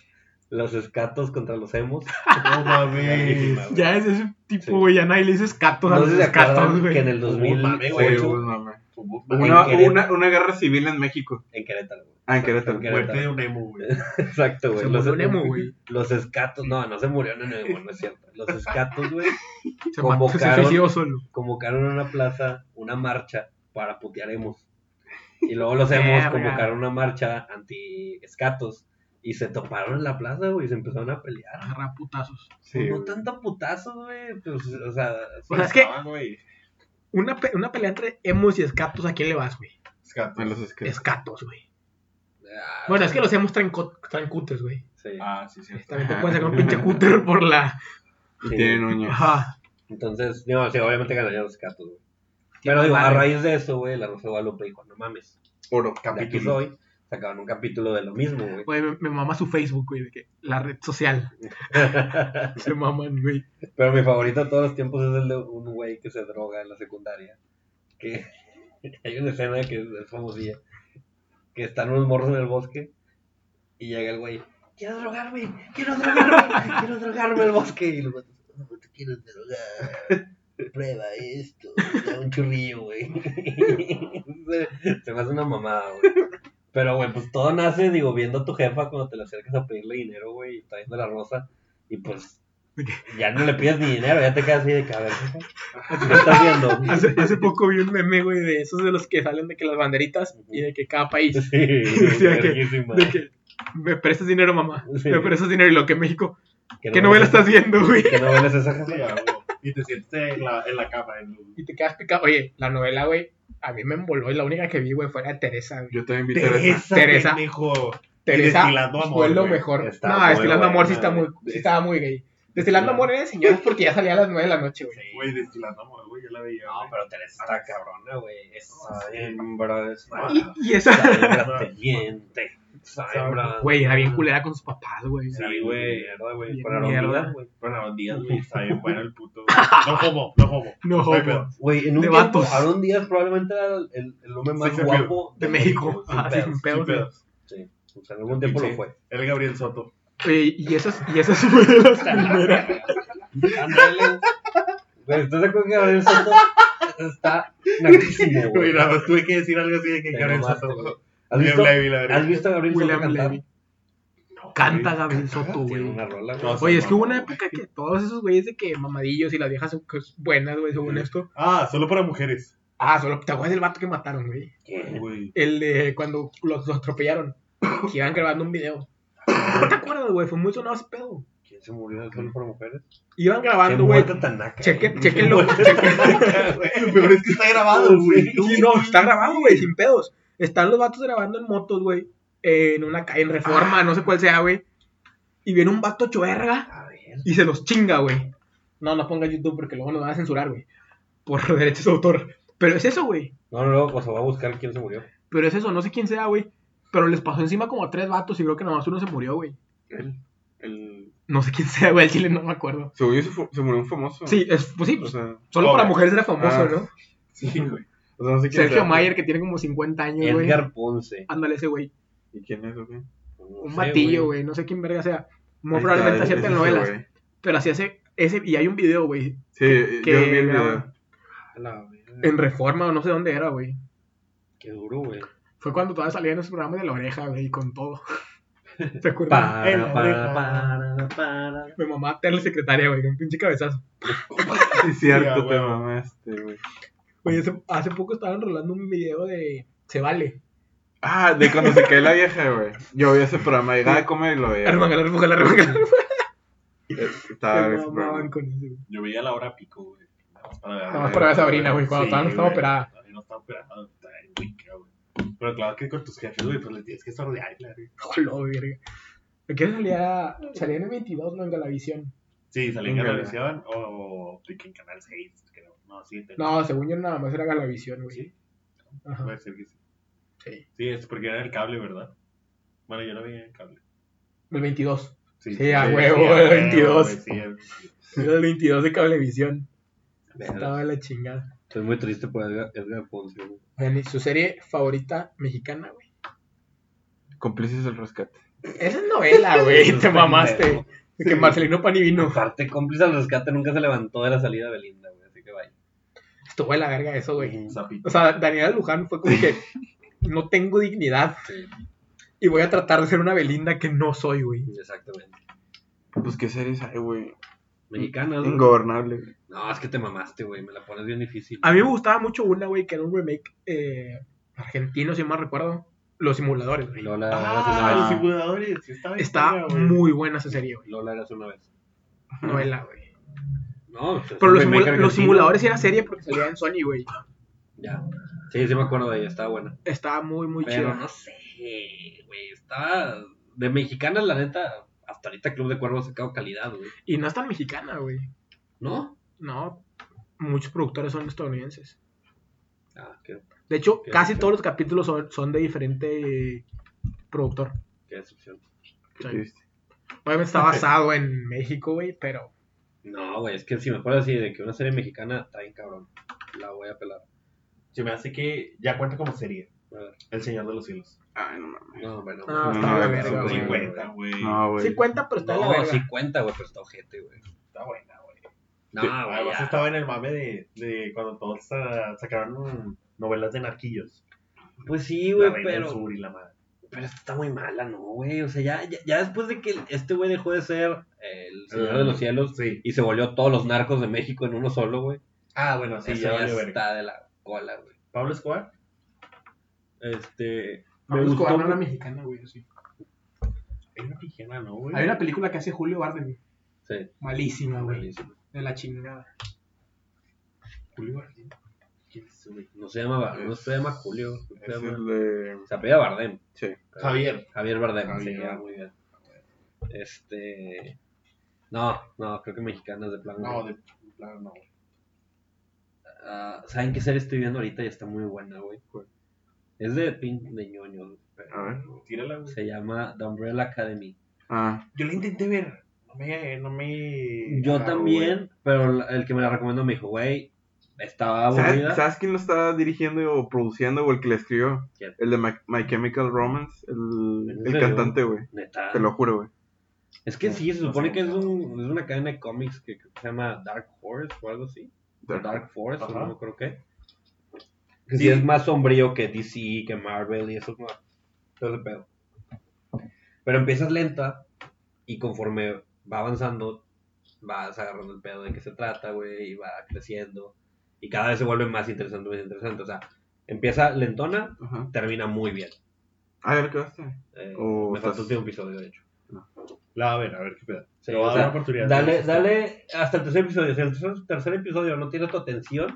A: los Escatos contra los Hemos.
C: No mames.
B: Ya es ese
A: Sí.
B: tipo, güey. Ya nadie le dices catos a
A: No
B: los
A: sé si se
B: catos,
A: acuerdan que en
B: güey.
A: el
C: mame, güey,
A: 2008
D: güey, no, mames.
A: En
D: Una,
A: Querétaro.
D: una, una guerra civil en México.
A: en Querétaro. güey.
D: Ah, en Querétaro.
A: En
C: Muerte de un emo, güey.
A: Exacto, güey.
B: Se
A: Los,
B: murió Nemo, güey.
A: los Escatos, no, no se murió no, no, no es cierto. Los Escatos, güey,
B: Se mató, se
A: convocaron-
B: suicidó solo.
A: convocaron a una plaza, una marcha para putear Hemos. Y luego los Hemos
B: Verga.
A: convocaron una marcha anti-Escatos. Y se toparon en la plaza, güey, y se empezaron a pelear.
B: Agarra putazos.
D: Sí,
A: no
D: güey.
A: tanto putazo, güey. Pues, o sea,
B: O sea, es que
C: Ah, güey.
B: una, pe- una pelea entre emos y escatos, ¿a quién le vas, güey?
C: Escato.
D: En los esquemas.
B: Escatos, güey.
A: ah,
B: Bueno, es que los emos traen, co- traen cutes, güey.
A: sí.
C: Ah, sí, sí.
B: También te pueden sacar un pinche cúter por la.
D: Y
A: Sí.
D: tienen uñas.
B: Ajá.
A: Entonces, no, sí, obviamente ganarían los gatos, güey. Pero digo, a
B: madre.
A: raíz de eso, güey, la Rosa de Guadalupe dijo, no mames,
D: Oro.
A: de aquí
C: Capítulo.
A: soy, sacaban un capítulo de lo mismo, güey.
B: Güey, me, me mama su Facebook, güey. de que La red social. Se maman, güey.
A: Pero mi favorito de todos los tiempos es el de un güey que se droga en la secundaria. Que hay una escena que es, es famosilla. Que están unos morros en el bosque y llega el güey. Quiero drogarme, quiero drogarme, quiero drogarme al bosque. Y el güey, "No pues, te quieres drogar. Prueba esto, da un churrillo, güey. Se me hace una mamada, güey. Pero, güey, pues todo nace, digo, viendo a tu jefa cuando te le acercas a pedirle dinero, güey, y está viendo la rosa, y pues ya no le pides ni dinero, ya te quedas así de que, a ver, jefa, ¿qué estás viendo?
B: Hace, hace poco vi un meme, güey, de esos de los que salen de que las banderitas y de que cada país.
A: Sí,
B: Sí, de que-
A: verguísima.
B: De que me prestas dinero, mamá.
A: Sí.
B: Me prestas dinero y lo que México.
A: Que
B: ¿Qué novela
A: ves-
B: estás viendo, güey?
A: Que novela es esa,
C: Sí,
A: jefa?
C: a huevo. y te sientes en la, en la cama. en un-
B: Y te quedas picado. Oye, la novela, güey, a mí me envoló y la única que vi, güey, fue la de Teresa, güey.
D: Yo también vi Teresa.
C: Teresa,
B: Teresa.
C: pendejo.
B: Teresa
C: Destilando amor,
B: fue lo
C: güey.
B: mejor.
A: Está
B: no,
A: muy
B: Destilando Amor sí,
A: buena,
B: está muy,
A: güey.
B: sí estaba muy gay. Destilando Amor era de señoras porque ya salía a las 9 de la noche, güey.
C: Güey, destilando amor, güey, yo la veía.
A: No,
C: güey. Ah,
A: pero Teresa está cabrona, güey. Esa hembra es mala.
B: Y, y esa...
A: Hembra teniente. Esa hembra-
B: Güey, era bien culera con sus papás, güey.
A: Sí, güey. Mierda, güey.
B: Bien
A: Con Aarón
B: mierda.
A: Díaz, güey.
C: Pero los días, güey, está bien bueno el puto. No como, no como.
B: No,
C: hay
B: homo.
C: pedo.
A: Güey, en un
B: De
A: tiempo,
B: vatos.
A: Aarón Díaz probablemente era el, el hombre más
C: Sí, sí,
A: guapo
B: De México.
A: sin
B: Ah, sí,
A: pedos.
B: sin pedos.
C: Sin pedos.
A: Sí. O sea, en algún tiempo lo
C: Sí.
A: fue.
C: El Gabriel Soto.
B: Güey, y esas, y esas fueron las primeras.
A: Ándale. Güey, ¿estás de acuerdo que Gabriel Soto está naquísimo, güey?
C: Güey, nada más tuve que decir algo así de que
A: Te
C: Gabriel
A: mamaste,
C: Soto.
A: güey.
C: güey.
A: ¿Has
C: William
A: visto,
C: Levy, la verdad.
A: ¿Has visto a Gabriel Soto
B: William
A: cantar?
B: Levy. Canta Gabriel Soto,
A: Tiene
B: güey.
A: una rola, güey.
C: No,
B: Oye, es que hubo una época que todos esos güeyes de que mamadillos y las viejas son cos- buenas, güey, según esto.
C: Ah, solo para mujeres.
B: Ah, solo te acuerdas del vato que mataron, güey.
A: ¿Quién?
C: Güey.
B: El de cuando los, los atropellaron. Que iban grabando un video. ¿No te acuerdas, güey? Fue muy sonado ese pedo.
A: ¿Quién se murió solo por mujeres?
B: Iban
A: Qué
B: grabando, güey.
A: muerta tan naca.
B: Chequen, chequenlo.
C: Lo peor es que está grabado, güey.
B: Sí, no, está grabado, güey, sin pedos. Están los vatos grabando en motos, güey. En una calle, en reforma, no sé cuál sea, güey. Y viene un vato choverga
A: A ver.
B: y se los chinga, güey. No, no ponga YouTube porque luego nos van a censurar, güey. Por derechos de autor. Pero es eso, güey.
A: No, no, no, pues va a buscar quién se murió.
B: Pero es eso, no sé quién sea, güey. Pero les pasó encima como a tres vatos y creo que nomás uno se murió, güey.
D: El...
B: No sé quién sea, güey, al chile no me acuerdo.
D: Según yo, se, fu- se murió un famoso.
B: Sí, es, pues sí,
D: O
B: pues,
D: sea,
B: solo
C: Cobra.
B: para mujeres era famoso,
D: Ah,
B: ¿no?
D: sí, güey. O sea, no sé quién
B: Sergio
D: sea.
B: Mayer, que tiene como 50 años, güey.
A: Edgar Ponce. Pues,
B: Ándale ese, güey.
D: ¿Y quién es, o qué?
B: Un batillo, güey. No sé quién verga sea. Muy
D: Ahí
B: probablemente
D: está,
B: hacía
D: ese
B: telenovelas.
D: güey.
B: Pero hacía ese, ese. Y hay un video, güey.
D: Sí,
B: que
D: yo vi el
B: graba.
D: video.
A: A la verga.
B: En Reforma o no sé dónde era, güey.
A: Qué duro, güey.
B: Fue cuando todavía salían esos programas de la oreja, güey. Con todo. ¿Te acuerdas?
A: Para,
C: En la
A: para,
C: oreja.
A: para, para.
B: Mi mamá era la secretaria, güey. Con un pinche cabezazo.
D: Sí, es cierto,
C: Ya,
D: te
C: güey.
D: mamaste, güey.
B: Güey, hace, hace poco estaban rolando un video de. Se vale.
D: Ah, de cuando se cae la vieja, güey. Yo vi ese programa, llegaba a comer y lo veía.
B: Armangala, armangala, armangala.
D: Eh, Estaba en
B: Se
D: ese
B: mamaban
D: programa.
B: con eso, güey.
C: Yo veía la hora pico, güey. Nada más para ver.
B: Nada más para ver a Sabrina, güey, cuando todavía no estaba
C: güey.
B: operada.
C: Todavía No estaba operada, está bien rica, güey. Pero claro que con tus jefes, güey, pues les tienes que sordear, claro.
B: Jolo, verga. Me quiero salir a. Salía en el 22, ¿no? En Galavisión.
C: Sí, salí en
D: Venga,
C: televisión o de que en Canal 6, creo. No, sí, te-
B: No, según yo nada más era Galavisión, güey.
C: ¿Sí?
B: Ajá.
C: Puede ser que sí.
B: Sí.
C: Sí, es porque era el cable, ¿verdad? Bueno, yo lo veía en el cable.
B: El 22.
C: Sí,
B: Sí, a huevo, el 22.
C: güey, sí, el-
B: Era el 22 de Cablevisión.
A: Verga.
B: Estaba de la chingada.
A: Estoy muy triste por Edgar, Edgar Ponce, güey.
B: Bueno, ¿y su serie favorita mexicana, güey.
D: Cómplices del rescate.
B: Esa es novela, güey. Te mamaste. De que Marcelino Panivino.
A: Aparte, cómplice al rescate nunca se levantó de la salida de Belinda, güey. Así que vaya.
B: Estuvo de la verga eso, güey.
A: Mm,
C: Zapito.
B: O sea, Daniela Luján fue como que no tengo dignidad
A: Sí,
B: y voy a tratar de ser una Belinda que no soy, güey.
A: exactamente.
D: Pues qué series hay, güey.
A: Mexicana, ¿no?
D: Ingobernable. güey.
A: No, es que te mamaste, güey. Me la pones bien difícil.
B: A mí me gustaba mucho una, güey, que era un remake eh, argentino, si mal recuerdo. Los simuladores, güey.
A: Lola,
C: Ah,
D: sí,
C: los
D: sí.
C: simuladores. sí, Está, bien
B: Está
C: verga, güey.
B: muy buena esa serie, güey.
A: Lola eras una vez.
B: Novela, güey.
A: No, o sea,
B: Pero
A: es un
B: los,
A: remake
B: simula- los
A: argentino.
B: simuladores sí era serie porque salía en Sony, güey.
A: Ya. Sí, sí me acuerdo de ella, estaba buena.
B: Estaba muy, muy
A: Pero
B: chida.
A: no sé, güey, estaba... De mexicana, la neta, hasta ahorita Club de Cuervos ha sacado calidad, güey.
B: Y no es tan mexicana, güey.
A: ¿No?
B: No, muchos productores son estadounidenses.
A: Ah, qué,
B: De hecho,
A: Qué
B: casi
A: bueno.
B: todos los capítulos son, son de diferente productor.
A: qué decepción.
D: Qué
B: Sí.
D: triste.
B: Obviamente está basado en México, güey, pero
A: No, güey, es que si me acuerdo así de que una serie mexicana está bien cabrón. La voy a pelar.
C: Se me hace que ya cuenta como serie.
A: ¿verdad?
C: El Señor de los Cielos.
D: Ay, no mames.
A: No, hombre, no.
B: Ah,
A: no,
B: está
A: no,
B: la
A: no,
B: verga,
A: no,
B: güey.
A: sí,
C: cuenta, güey.
D: No, güey.
B: Pues, sí cuenta, pero está de la
A: No,
B: verga.
A: sí cuenta, güey, pero está ojete, güey.
C: Está buena, güey.
A: No, güey,
C: Además
A: ya.
C: ah, estaba en el mame de, de cuando todos ah, sacaron novelas de narquillos.
A: Pues sí,
C: La
A: güey,
C: Reina del
A: pero.
C: Sur y la madre.
A: Pero esta está muy mala, ¿no, güey? O sea, ya, ya, ya después de que este güey dejó de ser eh, el
B: Ah.
A: Señor de los Cielos
C: Sí.
A: y se volvió todos los narcos de México en uno solo, güey.
C: Ah, bueno, sí,
A: Eso
C: ya
A: ya,
C: valió verga.
A: está de la cola, güey.
C: Pablo Escobar.
A: Este.
B: Me
A: me gustó.
B: gustó una
A: mu-
B: mexicana, güey, así.
C: Es una tijera, ¿no, güey?
B: Hay una película que hace Julio Bardem, güey.
A: Sí,
B: malísima, güey,
A: malísimo.
B: de la chingada.
C: Julio Bardem. ¿Quién es ese, güey?
A: No se llama, Bar- no se llama Julio. no se
D: Es
A: llama-
D: el de.
A: Se apellida Bardem.
D: Sí.
C: Javier.
A: Javier Bardem,
D: Javier.
A: sí, ya, muy bien. Este. No, no, creo que mexicanas de plano.
C: No, de claro, no. güey.
A: Ah, ¿Saben qué serie estoy viendo ahorita? Y está muy buena, güey. Es de pin de ñoño.
D: A
A: pero
D: ver.
C: Tírala, güey.
A: Se llama The Umbrella Academy.
D: Ah,
C: Yo la intenté ver. No me. No me
A: Yo
C: agarró,
A: también, pero la- el que me la recomendó me dijo, güey, estaba aburrida.
D: ¿sabes, sabes quién lo está dirigiendo o produciendo o el que le escribió?
A: ¿Quién?
D: El de My, My Chemical Romance, el,
A: ¿En
D: el
A: serio?
D: cantante, güey.
A: Neta.
D: Te lo juro, güey.
A: Es que sí, se
C: No
A: supone
C: sé,
A: que es,
C: no.
A: un, es una cadena de cómics que creo que se llama Dark Horse o algo así. o Dark Force, o
C: Ajá.
A: no creo que. Que sí. es más sombrío que DC, que Marvel y eso. no, Todo ese pedo. Pero empiezas lenta y conforme va avanzando, vas agarrando el pedo de qué se trata, güey, y va creciendo. Y cada vez se vuelve más interesante, más interesante. O sea, empieza lentona,
D: Ajá.
A: termina muy bien.
D: Ah, ya lo acabaste.
A: Eh,
D: Oh,
A: me faltó
D: estás-
A: el último episodio, de hecho.
C: La va a ver, a ver qué pedo.
A: Sí,
C: Le voy a
A: o
C: dar
A: sea,
C: una oportunidad.
A: Dale, dale hasta el tercer episodio. Si el tercer, tercer episodio no tiene tu atención,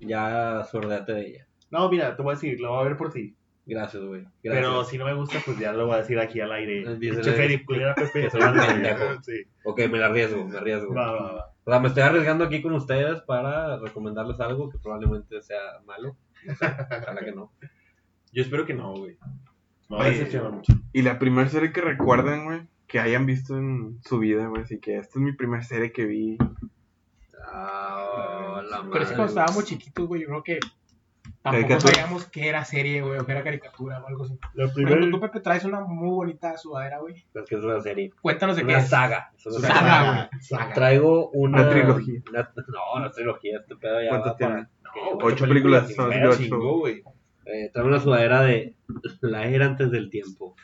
A: ya sordeate de ella.
C: No, mira, te voy a decir, la voy a ver por ti.
A: Gracias, güey. Gracias.
C: Pero si no me gusta, pues ya lo voy a decir aquí al aire.
A: Dice-
C: Pinche Felipe, culera Pepe.
A: soy un
C: se va a
A: pendejo.
C: Sí.
A: Ok, me la arriesgo, me arriesgo.
C: Va, va, va.
A: O sea, me estoy arriesgando aquí con ustedes para recomendarles algo que probablemente sea malo. No sé, ojalá que no.
C: Yo espero que no, güey. No,
D: Oye,
C: decepciona mucho.
D: Y la primera serie que recuerden, güey, que hayan visto en su vida, güey. Así que esta es mi primera serie que vi.
A: Ah, la
B: Pero es
A: madre.
B: que cuando
A: güey.
B: estábamos chiquitos, güey, yo creo que tampoco
D: Caricatura.
B: sabíamos que era serie, güey, o que era caricatura o algo así.
C: La
B: Por ejemplo, tú, Pepe, traes una muy bonita sudadera, güey.
A: Es que es una serie.
B: Cuéntanos de qué
A: Una
B: es.
A: saga. Es una
B: Saga,
A: saga.
B: güey. Saga.
A: Traigo una...
D: Una trilogía.
A: una- no, una trilogía. Este pedo ya
D: ¿Cuántas
A: va para-
D: tiene?
A: No,
D: Ocho películas,
A: ni
D: son
A: ver,
D: de ocho.
A: chingó, güey. Eh, traigo una sudadera de la era antes del tiempo.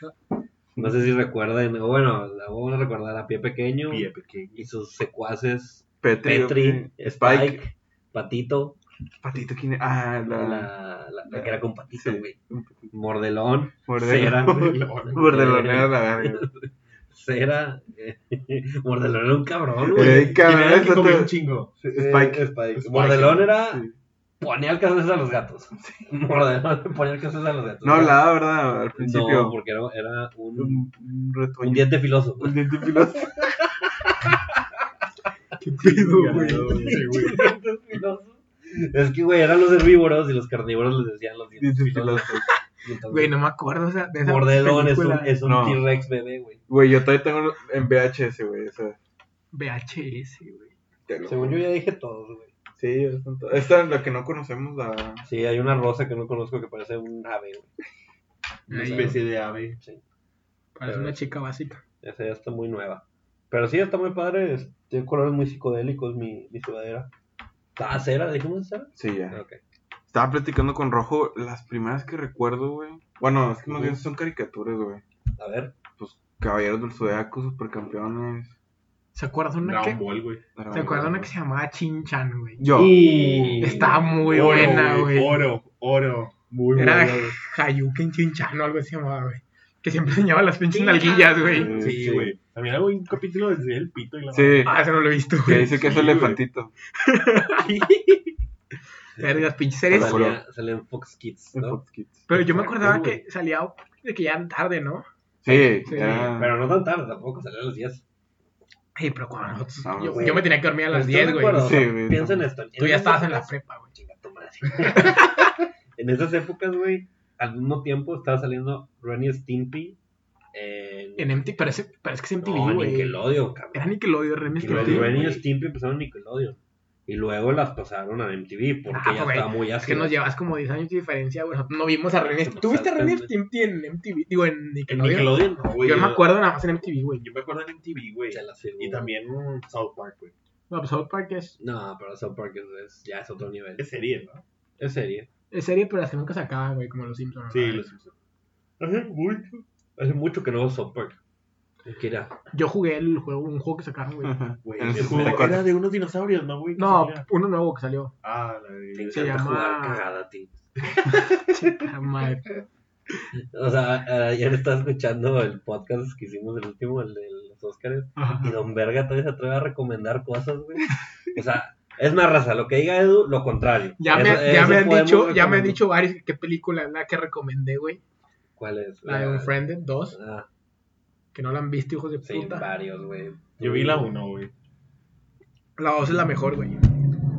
A: No sé si recuerden, o bueno, la van a recordar a Pie Pequeño
C: Pie pequeño.
A: y sus secuaces
D: Petri.
A: Petri,
D: güey.
A: Spike,
D: Spike.
A: Patito,
D: Patito, ¿quién es? Ah, la.
A: la, la- la que era con Patito,
D: Sí.
A: güey. Mordelón, Cera,
D: Mordelonea Mordelonea,
A: Eh,
D: la verga.
A: Cera, eh, Mordelón era un cabrón, güey.
D: Eh, cabrón,
C: Cabrón,
D: eso
C: comió un
D: te-
C: chingo.
D: Spike.
A: Eh, Spike.
C: Spike.
A: Mordelón era
D: Sí.
A: ponía alcances a los gatos. Mordelón ponía alcances a los gatos.
D: No hablaba, ¿verdad? Al
A: No,
D: principio.
A: porque era, era un,
D: Un, un
A: un
D: retoño.
A: diente filoso.
D: Un diente filoso. Qué pedo, güey.
C: Sí, güey.
A: Dientes filosos. Es que, güey, eran los herbívoros y los carnívoros les decían los dientes
D: Diente
A: filosos.
D: filoso.
A: Y entonces,
B: Güey, no me acuerdo o sea, de esa
A: Mordelón es un,
B: película.
A: es un
D: No.
A: T-Rex bebé, güey.
D: Güey, yo todavía tengo en VHS, güey. O sea,
B: VHS, güey.
D: te lo
A: Según
D: juro.
A: yo ya dije todos, güey.
D: Sí, yo son to- Esta es la que no conocemos, la.
A: Sí, hay una rosa que no conozco que parece un ave, güey.
C: Una
B: Ay,
C: especie de ave.
B: Parece
A: pero-
B: una chica básica.
A: Esa ya está muy nueva. Pero sí, está muy padre. es- Tiene colores muy psicodélicos mi, mi sudadera. Ah, cera, dijimos cera.
D: Sí, ya.
A: Ok.
D: Estaba platicando con Rojo. Las primeras que recuerdo, güey. Bueno, es que más
A: Ujú.
D: bien son caricaturas, güey.
A: A ver.
D: Pues Caballeros del Zodiaco, Supercampeones.
B: ¿Se acuerdan una
C: Dragon
B: que,
C: Ball, güey.
D: Dragon
B: ¿se acuerdan
D: Ball.
B: una que se llamaba Chin Chan, güey?
D: Yo.
A: Y-
B: Estaba muy buena, güey.
C: Oro, oro. Muy
B: Era
C: buena, güey.
B: Hayuken Chin Chan o algo así se llamaba, güey. Que siempre enseñaba las pinches nalguillas, güey.
D: Sí,
C: Sí,
A: sí.
C: güey. También hago un capítulo desde el pito y la
D: Sí,
B: Ah, eso no lo he visto,
D: que
B: güey.
D: dice que es
C: Sí, güey.
D: elefantito.
B: Verga, las pinches series.
D: Vale.
A: Salía, salía en Fox Kids,
D: en
A: ¿no?
D: Fox Kids.
B: Pero yo me acordaba
A: Güey.
B: que salía de que ya eran tarde, ¿no?
D: Sí,
B: Sí,
D: era-
A: Pero no tan tarde tampoco, salía a las 10.
B: Ay, pero cuando nosotros-
D: Ah,
B: yo,
A: güey.
B: yo me tenía que dormir a las
A: ¿Estás
B: 10,
A: de
B: güey.
A: acuerdo? O sea,
D: Sí, güey,
A: Piensa en
D: no.
A: esto.
B: Tú ya
A: esas
B: estabas en la
A: épocas-
B: prepa, güey.
A: Chinga tu madre. en esas épocas, güey, al mismo tiempo estaba saliendo Ronnie Stimpy en...
B: En MTV, pero, ese- pero es que es MTV,
A: no,
B: güey.
A: Nickelodeon, cabrón.
B: Era Nickelodeon, era
A: Nickelodeon.
B: Nickelodeon.
A: Ren y
B: güey.
A: Stimpy empezaron en Nickelodeon. Y luego las pasaron a MTV porque
B: Ah,
A: ya
B: güey,
A: estaba muy
B: Es que
A: ácido.
B: nos llevas como 10 años de diferencia, güey. Nosotros no vimos a René.
A: Nos
B: ¿Tú viste a René
A: saltan,
B: Stimpy en MTV? Digo, en
C: En
B: Nickelodeon.
C: Nickelodeon, no, güey.
B: Yo me acuerdo nada más en MTV, güey.
C: Yo me acuerdo en MTV, güey.
A: Se las firmó.
C: Y también mm, South Park, güey.
B: No, pues South Park es.
A: No, pero South Park es, es- ya es otro nivel.
C: Es serie, ¿no?
A: Es serie.
B: Es serie, pero hasta nunca se acaba, güey, como los Simpsons.
C: Sí,
B: ¿verdad?
C: los Simpsons.
A: Hace mucho. Hace mucho que no veo South Park. Era,
B: Yo jugué el juego, un juego que sacaron, güey.
C: Güey,
D: En el
C: el juego
D: 64.
C: era de unos dinosaurios, ¿no, güey?
B: No,
C: Que salía.
B: uno nuevo que salió.
C: Ah, la de...
A: te
B: Se
A: encanta
B: llama-
A: jugar cagada, tío.
B: Chingada Ah, madre.
A: O sea, ah, ayer estaba escuchando el podcast que hicimos el último, el de los Oscars, y Don Verga todavía se atreve a recomendar cosas, güey. O sea, es más raza, lo que diga Edu, lo contrario.
B: Ya me,
A: Eso-
B: ya
A: eso
B: me han
A: podemos
B: dicho, ya me han
A: recomendar.
B: dicho varios qué película es la que recomendé, güey.
A: ¿Cuál es?
B: La de Unfriended 2,
A: Ah,
B: que no la han visto, hijos de
A: sí,
B: puta.
A: varios, güey.
C: Yo vi la 1, güey.
B: La 2 es la mejor, güey.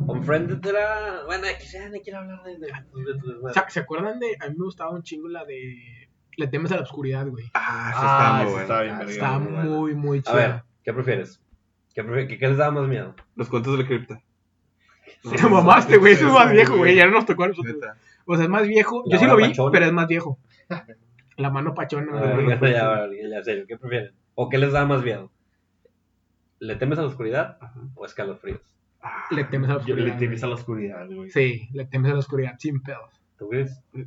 A: Unfriended era. Bueno, X, ya no quiero hablar de. de- de- de- de-
B: ¿Se, se acuerdan de.? A mí me gustaba un chingo la de. Le temes a la oscuridad, güey.
D: Ah,
C: esa
D: eso está
C: está
D: muy bueno.
C: bien, verga,
B: Está
C: güey.
B: muy, muy
A: A
B: chida.
A: ver, ¿qué prefieres? ¿Qué, prefi- qué- qué les daba más miedo?
D: Los cuentos de la cripta.
B: Te mamaste, güey. Eso es más viejo, güey. Ya no nos tocó a nosotros.
D: Neta.
B: O sea, es más viejo.
A: La
B: Yo sí
A: hora
B: lo vi,
A: pachona.
B: pero es más viejo. La mano pachona.
A: A
B: la
A: ver,
B: mano
A: ya,
B: pachona.
A: ya, ya, ya sé, ¿qué prefieren? ¿O qué les da más miedo? ¿Le temes a la oscuridad o escalofríos?
B: Le temes a la
C: Yo
B: oscuridad.
C: le temes a
B: güey.
C: la oscuridad, güey.
B: Sí, le temes a la oscuridad, sin pedos.
A: ¿Tú crees?
B: Mm.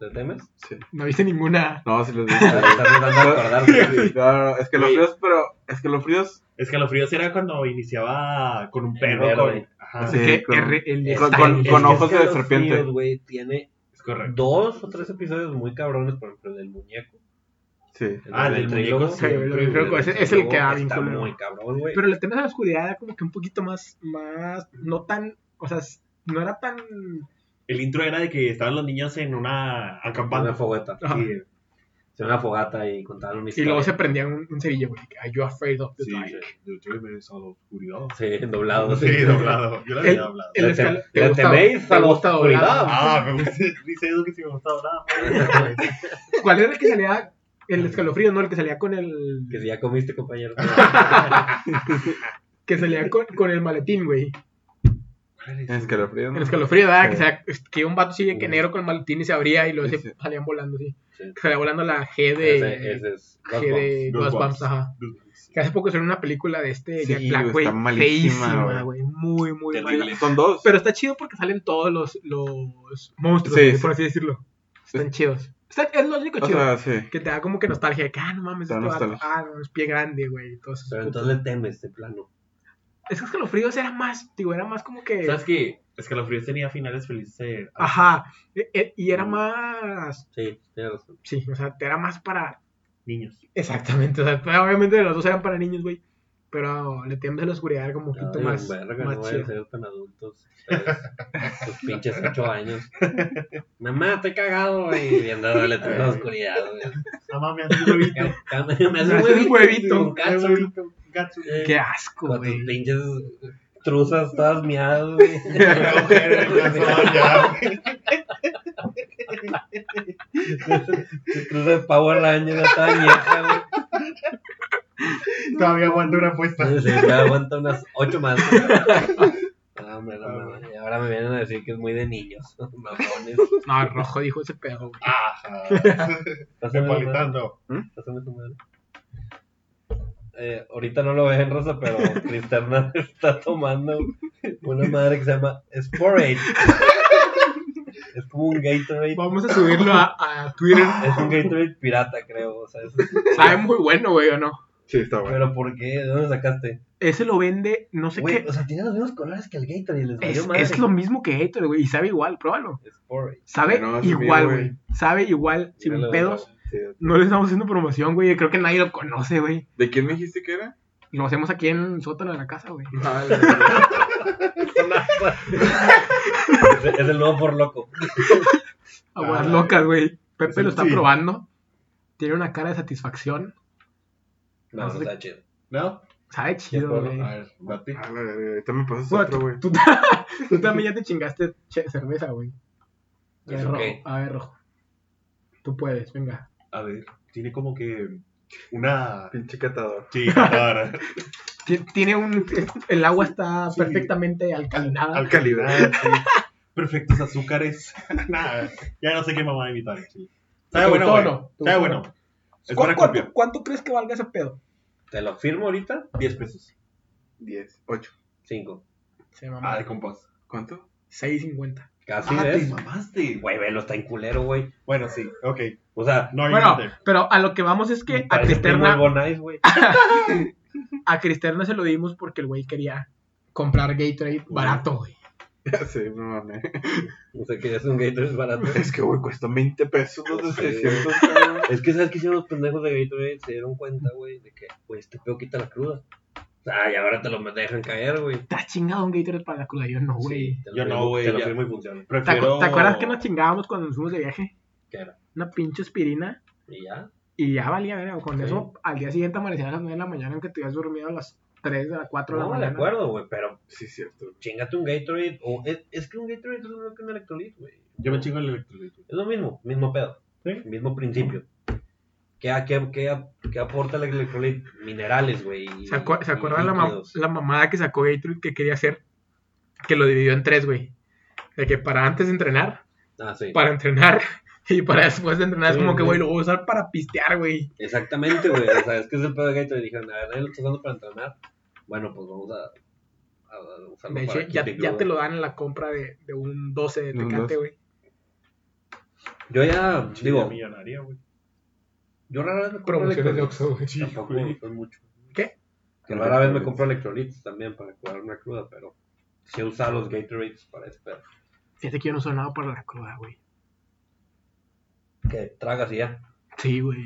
A: ¿Le temes?
D: Sí.
B: No viste ninguna.
D: No, sí los vi.
A: Estás tratando de acordarte.
D: No, no, no, es que los fríos, pero es que los fríos
C: Escalofríos era cuando iniciaba con un perro.
A: Verde.
C: Con... Ajá,
D: Sí,
B: que
D: con-
B: R- el
D: con-
B: style,
D: con-
B: el-
A: Es
D: con
A: que
D: ojos de
A: Escalofríos,
D: serpiente.
A: güey, tiene
C: es correcto.
A: dos o tres episodios muy cabrones, por ejemplo, el del muñeco.
D: Sí.
A: El
C: Ah, el del
A: trílogo.
C: muñeco, sí,
B: Sí, el del trílogo, ese- es el que da bien
A: Está
B: culero.
A: muy cabrón, güey.
B: Pero le temes a la oscuridad era como que un poquito más, más, no tan, o sea, s- no era tan...
C: El intro era de que estaban los niños en una Ah,
A: Una
C: acampada.
A: fogata.
B: Ajá.
C: Sí,
A: Sí, una fogata y contaban una
B: Y
A: historia.
B: luego se prendía un, un cerillo, güey, que, "Are you afraid of the
C: sí,
B: dark?"
C: yo temes a la oscuridad.
A: Sí, doblado.
C: Sí, doblado. Yo la había doblado.
B: El
A: Le te-
B: escal-
A: le
B: gustaba?
A: teméis
B: ¿Te
A: a la
B: gusta
A: oscuridad?
B: doblado?
C: Ah, me gusta. Dice Edu que si me gusta hablar.
B: ¿Cuál era el que salía? El escalofrío, ¿no? El que salía con el...
A: Que si ya comiste, compañero.
B: Que salía con, con el maletín, güey.
D: Es que los fríos.
B: El escalofrío, ¿verdad? Que,
D: Sí.
B: salía- que un vato sigue que negro con el maletín y se abría y luego
D: Sí,
B: se
D: sí.
B: salían volando, sí.
A: Sí.
B: Que salía volando la G de...
A: Ese, ese es.
B: G de
C: Goosebumps.
B: Goosebumps, ajá. Que hace poco salió una película de este
D: Sí,
B: Jack Black,
D: güey,
B: güey.
D: está malísima,
B: Feísima, güey. Muy, muy
C: Terrible.
B: mala.
D: Son dos.
B: Pero está chido porque salen todos los, los monstruos,
D: Sí,
B: güey,
D: sí.
B: por así decirlo. Están chidos. Está- es lo único
D: o
B: chido.
D: sea, sí.
B: que te da como que nostalgia. de que, ah, no mames,
D: Te da
B: este vato,
D: nostalgia.
B: Ah, no, es pie grande, güey. y todo eso.
A: Pero entonces le temes, de plano.
B: Es que escalofríos era más, digo, era más como que.
C: ¿Sabes qué? Escalofríos tenía finales felices. eh,
B: Ajá. e- e- Y era más.
A: Sí, tienes razón.
B: Sí, o sea, era más para.
C: Niños.
B: Exactamente. O sea, pues, obviamente los dos eran para niños, güey. Pero le temes a la oscuridad, era como un poquito
A: Ay,
B: más.
A: verga,
B: más
A: no vayan
B: chido.
A: a ser tan adultos. Tus pinches ocho años. Mamá, estoy cagado, güey. Y andando le tengo la oscuridad, güey.
C: No mames, hace un huevito.
A: Cá- cá- Me hace
B: Me hace
A: un
B: un
A: huevito.
B: huevito,
A: Con cacho.
C: Un huevito, un gato.
A: Eh,
B: Qué asco,
A: Con tus
B: güey.
A: pinches truzas todas miadas, güey.
C: Una mujer en el calzón, ya, güey.
A: Tus truzas de Power Ranger toda vieja, güey.
C: Todavía aguanta una apuesta.
A: Sí, sí, me aguanta unas ocho más. Ah, hombre, no mames. Y ahora me vienen a decir que es muy de niños. Mamones.
B: No, rojo dijo ese pedo, güey.
C: Ajá.
A: Pásame la madre.
C: Repolitando.
A: Pásame tu madre. Eh, ahorita no lo ven, Rosa, pero Cristerna está tomando una madre que se llama Sporade. Es como un Gatorade.
B: Vamos a subirlo a, a Twitter.
A: Es un Gatorade pirata, creo. O sea, es-
B: Sabe muy bueno, güey, o no.
D: Sí, está bueno.
A: Pero ¿por qué? ¿De dónde sacaste?
B: Ese lo vende, no sé
A: Güey,
B: qué.
A: o sea, tiene los mismos colores que el Gatorade. Les valió
B: Es,
A: madre.
B: es lo mismo que Héctor, güey. Y sabe igual, pruébalo.
A: Sporade.
B: Sabe
D: No, es
B: igual,
D: mío,
B: güey. Sabe igual, sin
A: Míralo,
B: pedos.
D: Sí.
B: No le estamos haciendo promoción, güey. Creo que nadie lo conoce, güey.
D: ¿De quién me dijiste que era?
B: Lo hacemos aquí en el sótano de la casa, güey.
A: Es es el nuevo por loco.
B: Aguas
C: Ah,
B: locas, güey. Pepe
C: Sí,
B: lo está
C: sí.
B: probando. Tiene una cara de satisfacción.
A: No, no está chido.
C: ¿No?
B: Sabe chido,
A: puedo,
B: güey.
C: A ver, bate.
D: A la verga, ahorita me pasas
B: Bueno,
D: otro, güey.
B: tú, tú también ya te chingaste che- cerveza, güey. Ya,
A: Es
B: rojo.
A: ok.
B: A ver, rojo. Tú puedes, venga.
C: A ver, tiene como que una.
D: Pinche catador.
C: Sí, ahora.
B: Ti- Tiene un. El agua está
C: Sí.
B: perfectamente alcalinada.
C: Al calidad. Perfectos azúcares. Nada, ya no sé qué mamá invitar. Sí. Sabe
B: ¿Te
C: bueno,
B: gustó o
C: güey.
B: no? ¿Te gustó
C: Sabe
B: o
C: bueno.
B: no?
C: Es
B: ¿Cu-
C: para
B: cuánto,
C: copiar.
B: cuánto crees que valga ese pedo?
A: Te lo firmo ahorita.
C: 10 pesos.
D: 10, 8.
A: Cinco.
B: Se
C: Ah,
B: mamó.
C: de compás.
D: ¿Cuánto?
B: 6.50.
A: Casi
C: Ah, te
A: ves.
C: mamaste.
A: Güey, velo, está en culero, güey.
C: Bueno, sí, ok.
A: O sea,
C: No,
B: Bueno,
C: obviamente.
B: pero a lo que vamos es que a
A: parece
B: Cristerna,
A: Primo Albo Nice, güey.
B: a Cristerna se lo dimos porque el güey quería comprar Gatorade barato, güey.
D: Ya sé, me mamé.
A: O sea, que es un Gatorade barato.
D: Es que, güey, cuestan 20 pesos los
A: Sí.
D: de 600, cabrón.
A: Es que, ¿sabes qué hicieron los pendejos de Gatorade? Se dieron cuenta, güey, de que, güey, este pedo quita la cruda. O sea, y ahora te lo dejan caer, güey.
B: ¿Te has chingado un Gatorade para la cruda? Yo no, güey.
A: Sí, te lo
C: Yo no,
A: firmo-
C: güey,
A: Te lo
C: ya.
A: firmo y funciona.
B: ¿Te, acu-
C: Prefiero...
B: te acuerdas que nos chingábamos cuando nos fuimos de viaje?
A: ¿Qué era?
B: Una pinche aspirina
A: Y ya.
B: y ya valía, ver, con
A: Sí.
B: eso al día siguiente amanecía a las 9 de la mañana aunque te hubieras dormido a las 3 de la 4 de la
A: No, de
B: mañana.
A: acuerdo, güey, pero
D: Sí, cierto.
A: chingate un Gatorade. O es, es que un Gatorade es lo mismo que un electrolit, güey.
C: Yo me chingo el electrolito.
A: Es lo mismo, mismo pedo.
C: Sí.
A: Mismo principio. ¿Qué, qué, qué, qué aporta el electrolit? Minerales, güey. y-
B: ¿Se, acu- se
A: y
B: acuerdan la, ma-
A: líquidos.
B: la mamada que sacó Gatorade que quería hacer? Que lo dividió en tres, güey. De que para antes de entrenar,
A: Ah, sí.
B: para entrenar y para después de entrenar.
A: Sí,
B: es como que,
A: sí.
B: güey, lo voy a usar para pistear, güey.
A: Exactamente, güey. O sea, es que es el pedo de Gatorade. Dijeron, a ver, nadie lo está usando para entrenar. Bueno, pues vamos a, a- a usarlo
B: De hecho,
A: para
B: ya,
A: kit de
B: ya
A: club,
B: te
A: güey.
B: lo dan en la compra de, de un 12 de
D: De un
B: Tecate,
D: 12.
B: güey.
A: Yo ya,
C: Digo...
A: digo,
C: millonaria, güey.
A: yo rara vez me compro
B: Promociones de
A: electrolitos.
B: Oxxo, güey.
A: Tampoco
C: güey.
A: son mucho.
B: ¿Qué?
A: Que rara vez me compro electrolitos también para curar una cruda, pero sí he usado los Gatorades para eso, pero
B: Fíjate que yo no soy nada para la cruda, güey.
A: que tragas y ya.
B: Sí, güey.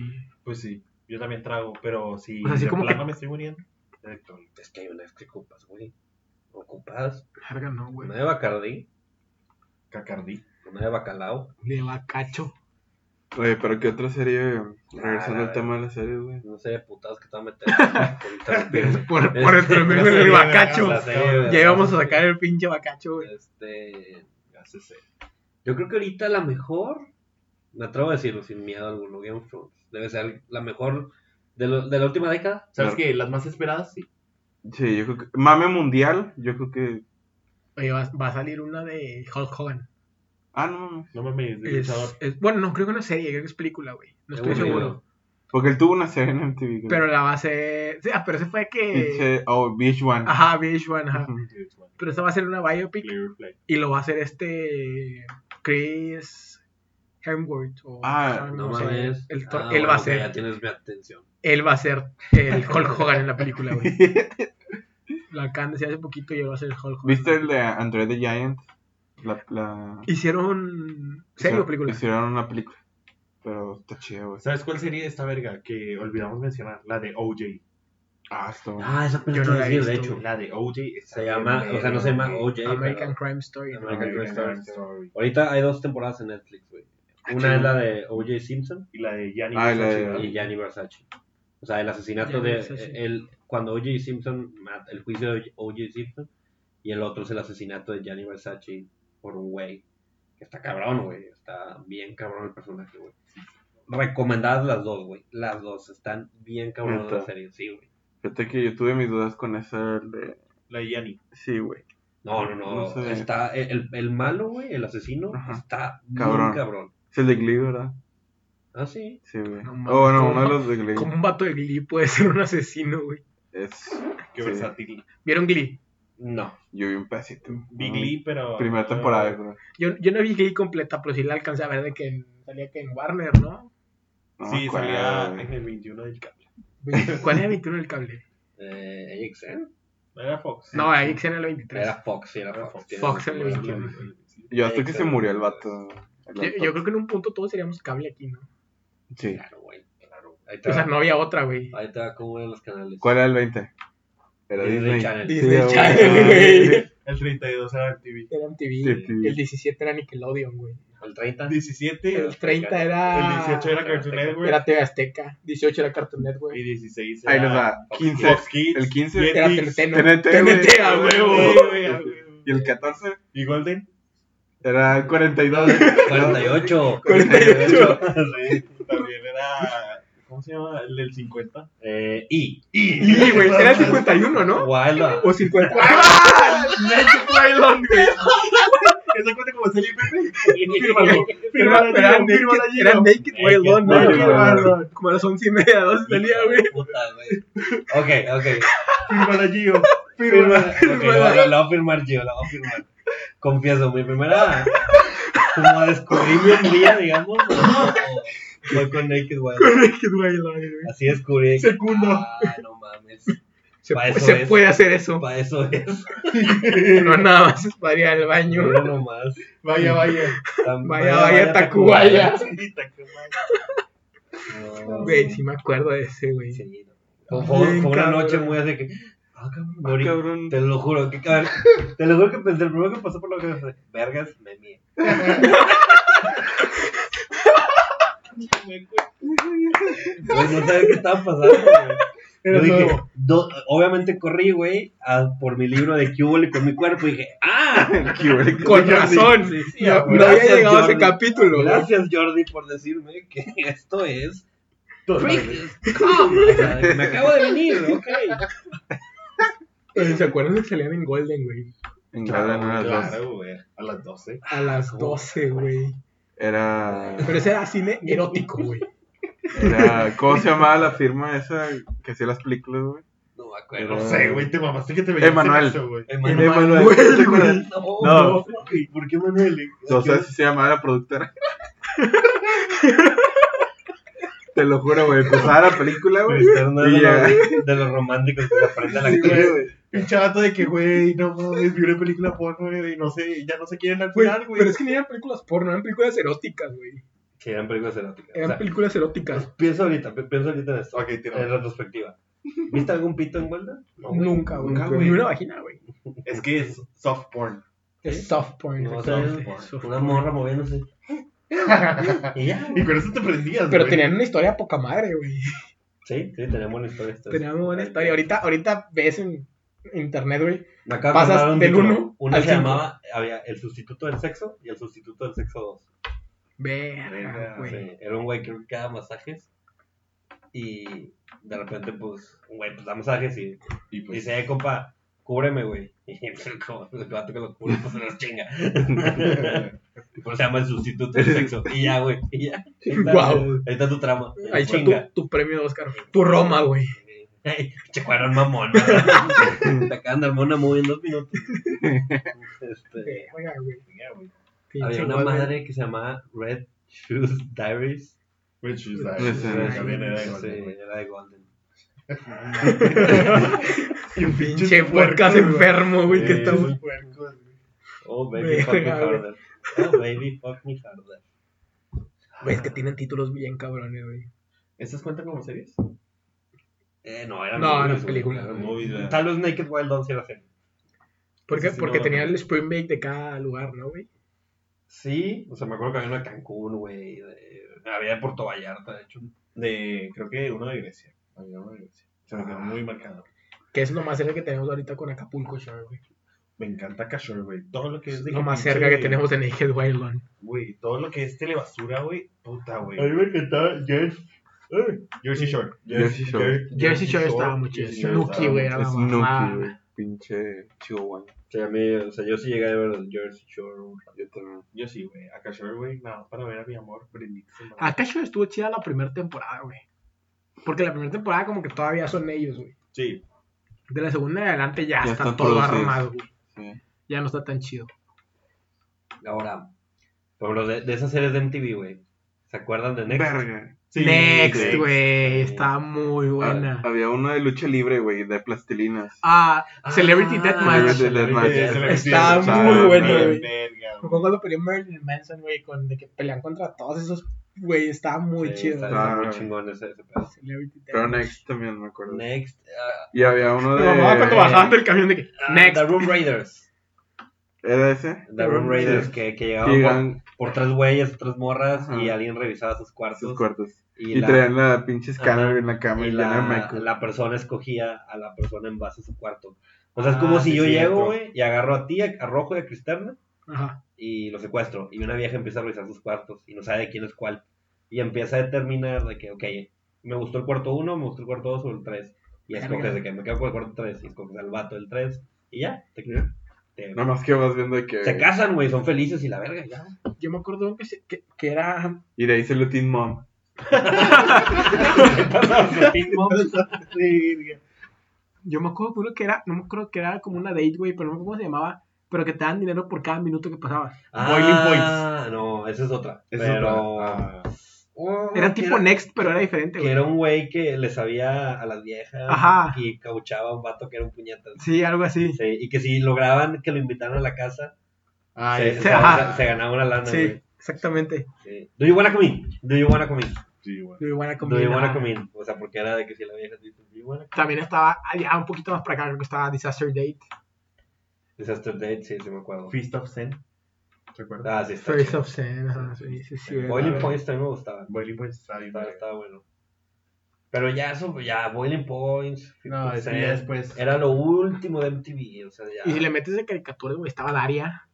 C: Pues sí, yo también trago, pero si
B: O sea, así
C: de
B: como
C: plano
B: que-
C: me estoy muriendo, electrolito.
A: Es que hay una vez que ocupas, güey. Ocupas
B: Verga, no, güey.
A: una de Bacardí,
C: Cacardí.
A: una de Bacalao.
B: Le va cacho.
D: Oye, pero ¿qué otra serie? eh, Regresando
A: Ah,
D: al tema de las series, güey.
A: No sé de putadas que te va a meter por interrumpirme.
B: Por,
A: Este,
B: por entretenerme en el
C: serie de
B: bacacho.
A: La serie de-
B: Ya íbamos a sacar el pinche bacacho, güey.
A: Este,
C: Ya sé, sé.
A: yo creo que ahorita la mejor, me atrevo a decirlo sin miedo alguno, Game of Thrones. Debe ser la mejor de, lo- de la última década.
C: ¿Sabes
D: Claro.
C: qué? Las más esperadas, sí.
D: Sí, yo creo que. Mame mundial, yo creo que.
B: Oye, va, va a salir una de Hulk Hogan.
D: Ah, no mames.
C: No mames, el
B: Es,
C: luchador.
B: es- bueno, no, creo que no es serie, creo que es película, güey. No estoy
A: Es un
B: seguro.
A: libro.
D: Porque él tuvo una serie en MTV. creo.
B: Pero eh, la va a ser... sí, ah, pero ese fue que...
D: Pinche- Oh, VH1.
B: Ajá, VH1, ajá.
D: Ujú.
B: Pero esa va a ser una biopic
C: Clear Play.
B: y lo va a hacer este... Chris... Hemsworth o
D: Ah,
A: No
B: sé.
A: mames.
B: Él, to-
A: Ah,
B: él
A: bueno,
B: va a
A: ok,
B: ser...
A: Ya tienes mi atención.
B: Él va a ser el Hulk Hogan en la película, güey. Lo acaban de decir hace poquito y él va a ser el Hulk Hogan.
D: ¿Viste el de André the Giant? La. la...
B: Hicieron serie o
D: hicieron-
B: película.
D: Hicieron una película. Pero está chido, güey.
C: ¿Sabes cuál serie de esta verga que olvidamos mencionar? La de OJ.
D: Ah, está bueno.
A: Ah, esa
B: Yo
A: película
B: no la he
A: sí, de
B: visto,
A: hecho.
C: La de OJ está
A: Se
C: bien
A: llama, Ah, o sea, no se
C: verga,
A: llama
C: güey.
A: OJ.
B: American
A: pero-
B: Crime Story. ¿no?
A: American Crime
C: American Crime
A: Story.
C: Story.
A: Ahorita hay dos temporadas en Netflix, güey. Una es la de O.J. Simpson
C: Y la de Gianni
D: Ah, y la de-
C: Versace, ¿verdad?
A: y Gianni Versace. O sea, el asesinato
B: Gianni
A: de.
B: Versace.
A: El, cuando O.J. Simpson mata, el juicio de O.J. Simpson. Y el otro es el asesinato de Gianni Versace por un güey. Que está cabrón, güey. Está bien cabrón el personaje, güey. Recomendadas las dos, güey. Las dos están bien cabronas
D: Neta.
A: las series, sí, güey.
D: Fíjate que yo tuve mis dudas con esa. de-
C: La de Gianni.
D: Sí, güey.
A: No, no, no.
D: No sé.
A: Está el, el malo, güey, el asesino,
D: Ajá.
A: está cabrón.
D: Cabrón.
A: bien cabrón.
D: Es el de Glee, ¿verdad?
A: Ah, sí.
D: Sí, güey.
B: No mames,
D: oh, no,
B: ¿cómo?
D: uno de los de Glee.
B: Como un vato de Glee puede ser un asesino, güey.
D: Es.
C: Qué
D: Sí.
C: versátil.
B: ¿Vieron Glee?
A: No.
D: Yo vi un pedacito.
C: Big
D: Ah,
C: Lee, pero.
D: Primera temporada, creo.
B: Yo, yo no vi Glee completa, pero sí la alcancé a ver de que en- salía que en Warner, ¿no?
D: No me
C: Sí,
D: acuerdo,
C: salía
D: güey.
C: en el 21 del cable.
B: ¿Cuál era el 21 del cable?
A: Eh, AXN.
C: Era Fox.
B: No, ahí era el 23.
A: Era Fox, sí, era
C: Era
A: Fox.
C: Fox.
A: Tiene
B: Fox
A: razón,
B: en el
A: tiene
B: 21.
A: razón.
D: Yo hasta que se
A: Exacto.
D: murió el vato. el
B: Yo,
D: autor.
B: yo creo que en un punto todos seríamos cable aquí, ¿no?
D: Sí.
A: Claro, güey, claro. Ahí te
B: O sea,
A: va,
B: no había otra, güey.
A: ahí te va cómo eran los canales.
D: ¿Cuál era el 20? Era
A: Disney
D: Disney.
A: Channel.
D: Sí,
B: Disney
D: güey. Ah,
B: Channel, güey.
C: El 32 era MTV.
B: Era
D: Sí,
B: MTV.
D: sí.
B: El 17 era Nickelodeon, güey.
A: ¿El 30?
C: 17.
B: El 30
C: El
B: era...
C: 18
D: Ah,
C: era Cartoon Network.
B: Era TV Azteca. 18 era Cartoon Network.
C: Y 16 era.
D: Ahí les va.
C: Fox
D: 15.
C: Kids. Fox Kids.
D: El 15
C: Jetix.
B: Era TNT, ¿no?
D: TNT,
B: TNT, a
D: güey.
B: huevo.
C: Sí, a huevo.
D: Y el 14
C: ¿Y Golden?
D: era el 42.
A: 48.
D: 48.
C: Sí, También era. ¿Cómo se llama? El del 50.
A: Eh, y.
B: Y, güey, era el 51, ¿no?
A: Wild
B: O 50. ¡Ah! Magic Island, güey.
C: ¿Esa cuenta como Sally Pepe?
A: Fírmalo.
B: Era,
C: Fírmala,
B: era
C: Gio,
B: naked,
C: fírmala, Gio.
B: era naked
A: Naked
B: Wild
D: Wild
B: güey.
D: On,
B: Como- Como a las once y media, dos del día, güey.
A: Puta, güey. Ok, ok.
C: Fírmala, Gio.
A: Firma.
B: Firma.
A: Ok, la, la- la voy a firmar yo, la voy a firmar. Confieso, mi primera como a descubrir mi hombría, digamos. o- Fue con X, güey.
B: Qué dura y la madre, güey.
A: Así descubrí. que,
B: Segundo.
A: Ah, no mames.
B: Se,
A: Pa'
B: pu-
A: eso
B: se
A: es.
B: puede hacer eso.
A: Para eso es.
B: No nada más es para ir al baño.
A: Mira nomás.
C: Vaya, vaya.
A: Tan-
B: Vaya, vaya, Tacubaya.
A: No,
B: Güey, sí me acuerdo de ese, güey.
A: sí, no. Fue,
B: Bien,
A: fue una
B: cabrón.
A: noche muy así que. Ah, cabrón,
D: Ah,
A: ahorita-
D: cabrón.
A: Te lo juro, que, a ver, te lo juro que pensé, el primero que pasó por la cabeza fue, vergas, me mía. Güey, no sabía qué estaba pasando, güey. Yo
B: Era
A: dije,
B: nuevo.
A: do- obviamente corrí, güey, a- por mi libro de Cubole con mi cuerpo y dije, ¡ah!
D: Qué güey.
B: Con razón.
A: Sí, sí,
B: no,
A: güey.
B: no había
A: Gracias,
B: llegado a ese
A: Jordi.
B: capítulo, güey.
A: Gracias, Jordi, por decirme que esto es.
C: Totalmente.
A: ¿Cómo? O sea, Me acabo de venir, ok.
B: Eh, ¿Se acuerdan que salían en Golden, güey?
D: En Golden era las dos.
C: Claro, güey. A las 12.
B: A las 12, güey.
D: Era.
B: Pero ese era cine erótico, güey.
D: era- ¿Cómo se llamaba la firma esa que hacía las películas, güey?
A: No me
C: No
A: acuerdo.
C: sé, güey, te mamaste que te veías
D: Emanuel.
C: en eso, güey.
A: Emanuel.
D: ¿te acuerdas?
A: No,
D: No.
A: no. güey, ¿Por qué Manuel?
D: No sabes si se llamaba la productora. Te lo juro, güey. Empezaba la película, güey.
A: Cristiano
D: Y
A: es
D: ya.
A: de, los, de los románticos que se aprende la
C: Sí,
A: actriz.
C: güey. Pinche vato de que, güey, no mames, vi una película porno güey, y no sé, ya no se quieren al
B: Güey,
C: final, güey.
B: Pero es que no eran películas porno, eran películas eróticas, güey.
A: Sí, eran películas eróticas.
B: Eran
A: O sea,
B: películas eróticas.
A: pienso ahorita, pi- pienso ahorita en esto.
C: Ok, tira.
A: En retrospectiva. ¿Viste algún pito en Golda? No, güey.
B: Nunca, güey.
D: nunca, güey.
B: Ni una vagina, güey.
C: Es que es soft porn.
B: Es soft porn.
A: No, o sea,
B: exactamente. Soft
A: una
B: porn.
A: morra moviéndose. Y ya.
C: Y con eso te prendías,
B: Pero
C: güey.
B: tenían una historia poca madre, güey.
A: Sí, sí, tenemos una historia. esto es-
B: Teníamos buena historia. Ahorita, ahorita ves en internet, güey.
A: Me acabo de
B: pasas
A: acordar un
B: del
A: título.
B: uno
A: Uno
B: al
A: se
B: cinco.
A: llamaba, había el sustituto del sexo y el sustituto del sexo 2.
B: Verga,
C: Verga,
B: güey.
A: Sí, era un güey que daba masajes y de repente, pues, un güey pues, da masajes y
C: Y
A: Y
C: pues,
A: Dice, eh, compa, cúbreme, güey. Y el co- el vato que lo cubre, pues se los chinga. Y por eso se llama el sustituto del sexo. Y ya, güey. Y ya. Ahí está,
B: Guau.
A: ahí está tu trama.
B: Ahí está tu, tu premio de Oscar. Tu Roma, güey.
A: Checuaron mamón. ¿no? Te acaban de armar una movie en dos minutos. Este,
B: Verga, güey.
C: ya, güey.
B: Pinche
A: había una
B: madre.
A: madre que se llamaba Red Shoes Diaries.
C: Which is
D: Sí,
C: that.
D: sí.
C: También era
A: Sí,
C: igual, güey.
A: era de Golden.
C: Y un
B: Pinche podcast
C: puerco,
B: enfermo, güey, que
C: Sí,
B: estamos.
C: esos puercos, güey.
A: Oh, baby, fuck me harder. Oh, baby, fuck me harder.
B: Güey, es que tienen títulos bien cabrones, güey.
C: ¿Estas cuentan como series?
A: Eh, no, eran
B: No,
A: movies,
B: eran
A: güey,
B: películas,
A: eran
C: güey.
A: movies, güey.
C: Ya.
A: Tal vez Naked Wild Dawn sí era serie.
B: ¿Por qué?
C: Sí, sí,
B: Porque
C: no,
B: tenía
C: no.
B: el spring break de cada lugar, ¿no, güey?
A: Sí, o sea, me acuerdo que había una de Cancún, güey. de- Había de Puerto Vallarta, de hecho.
C: De, creo que uno de Grecia. Había uno de Grecia. Se
B: Ah.
C: me quedó muy marcado.
B: Que es lo más cerca que tenemos ahorita con Acapulco Shore, güey.
C: Me encanta Cashore, güey. Todo lo que es de
B: Lo más
C: pinche-
B: cerca que tenemos de Naked Wildland.
C: Güey, todo lo que es telebasura, güey. Puta, güey.
A: me encantaba Jeff.
C: Jersey Shore.
D: Jersey Shore.
C: Jer-
B: Jersey Shore estaba muy chido.
C: Jersey Shore
B: Nuki,
C: estaba
B: güey,
C: muy
B: a la
D: Es
B: mamá.
D: Nuki, güey. Pinche Chihuahua.
A: Sí, a mí, o sea, yo sí llegué a ver el Jersey Shore. un rato.
D: Yo también.
C: chido. Yo sí, güey. A Cashore, güey. Nada, más para ver a mi amor. Brindis.
B: Acá Shore estuvo chida la primera temporada, güey. Porque la primera temporada como que todavía son ellos, güey.
C: Sí.
B: De la segunda en adelante ya, está,
D: Ya están
B: todo
D: producidos.
B: armado, güey.
D: Sí.
B: Ya no está tan chido.
A: Ahora, por ejemplo, de, de esas series de MTV, güey. ¿Se acuerdan de Next?
D: Verga.
C: Sí,
B: Next,
C: sí.
B: güey. Está muy buena.
D: Ah, Había una de lucha libre, güey, de plastilinas.
B: Ah, Celebrity Deathmatch.
D: Celebrity Deathmatch.
C: Eh, se le
B: Está
C: metió,
D: muy
C: sabe,
D: bueno,
C: güey.
B: güey.
C: Verga,
B: Me
C: güey.
B: acuerdo lo pedí Marilyn Manson, güey, con de que pelean contra todos esos, güey, estaba muy
A: Sí,
B: chido.
A: está-
B: güey.
A: está muy
D: Ah.
A: chingón ese, ese pedo.
B: Celebrity
D: Pero
B: Deathmatch.
D: Next también me acuerdo.
A: Next. ah,
D: Y había uno
B: Me
D: de.
B: mamaba cuando bajaban del camión de que,
A: ah,
B: next.
A: The Room Raiders.
D: ¿Era ese?
A: The Room Raiders, que, que llegaban
D: Que llegan
A: por, por tres güeyes, tres morras, y
D: Ajá.
A: alguien revisaba sus
D: a
A: cuartos.
D: sus cuartos.
A: y
D: Y
A: la-
D: traían la pinche escáner
A: Ajá.
D: en la cama
A: y
D: y llena
A: la,
D: de Michael.
A: la persona escogía a la persona en base a su cuarto. O sea, es
C: Ah,
A: como si
C: sí,
A: yo
C: cierto.
A: llego, güey, y agarro a ti, a, a Rojo y a Cristerna,
B: Ajá.
A: y lo secuestro. Y una vieja empieza a revisar sus cuartos, y no sabe de quién es cuál. Y empieza a determinar de que, ok, me gustó el cuarto 1, me gustó el cuarto 2 o el 3. Y
B: Verga.
A: escoges de que me quedo con el cuarto 3, y escoges al vato del 3, y ya. Te, te-
D: Nada más que vas viendo de que.
A: se casan, güey, son felices y la verga, ya.
B: Yo me acuerdo que, se- que, que era.
D: Y de ahí salió Teen Mom.
B: Yo me acuerdo que uno que era. No me acuerdo que era como una date, güey, pero no me acuerdo cómo se llamaba. pero que te dan dinero por cada minuto que pasabas.
A: Ah, no, esa es otra.
C: Esa es
A: pero...
C: otra. Ah,
A: Oh,
B: Era
A: que
B: tipo Next, pero era diferente,
A: Que
B: güey.
A: era un güey que le sabía a las viejas
B: Ajá.
A: y cauchaba a un vato que era un puñetazo.
B: Sí, algo así.
A: Sí, y que si lograban que lo invitaran a la casa,
C: ah,
A: se,
C: esa-
A: se-
B: ajá.
A: se ganaba una lana,
B: Sí,
A: güey.
B: exactamente.
A: Sí. Do you wanna come in? Do you wanna come in?
C: sí, güey.
B: Do you wanna come
A: Do you
B: in?
A: wanna
B: Ajá.
A: come in? O sea, porque era de que si la vieja dice, do you wanna come
B: También estaba allá un poquito más para acá, creo que estaba Disaster Date,
A: in? Disaster Date, sí, sí me acuerdo.
C: Feast of Zen. ¿Se acuerdan?
A: Ah, sí, está.
B: First
A: chido.
B: of Sin, ajá, sí, sí, sí.
A: Boiling
B: era-
A: Points también me gustaba.
C: Boiling Point está bien.
A: Estaba,
C: verga.
A: estaba bueno. Pero ya eso, pues, ya, Boiling Points.
C: No,
A: 50
C: es que
A: Cent,
C: ya después.
A: Era lo último de MTV, o sea, ya.
B: Y si le metes de caricaturas, güey, estaba Daria.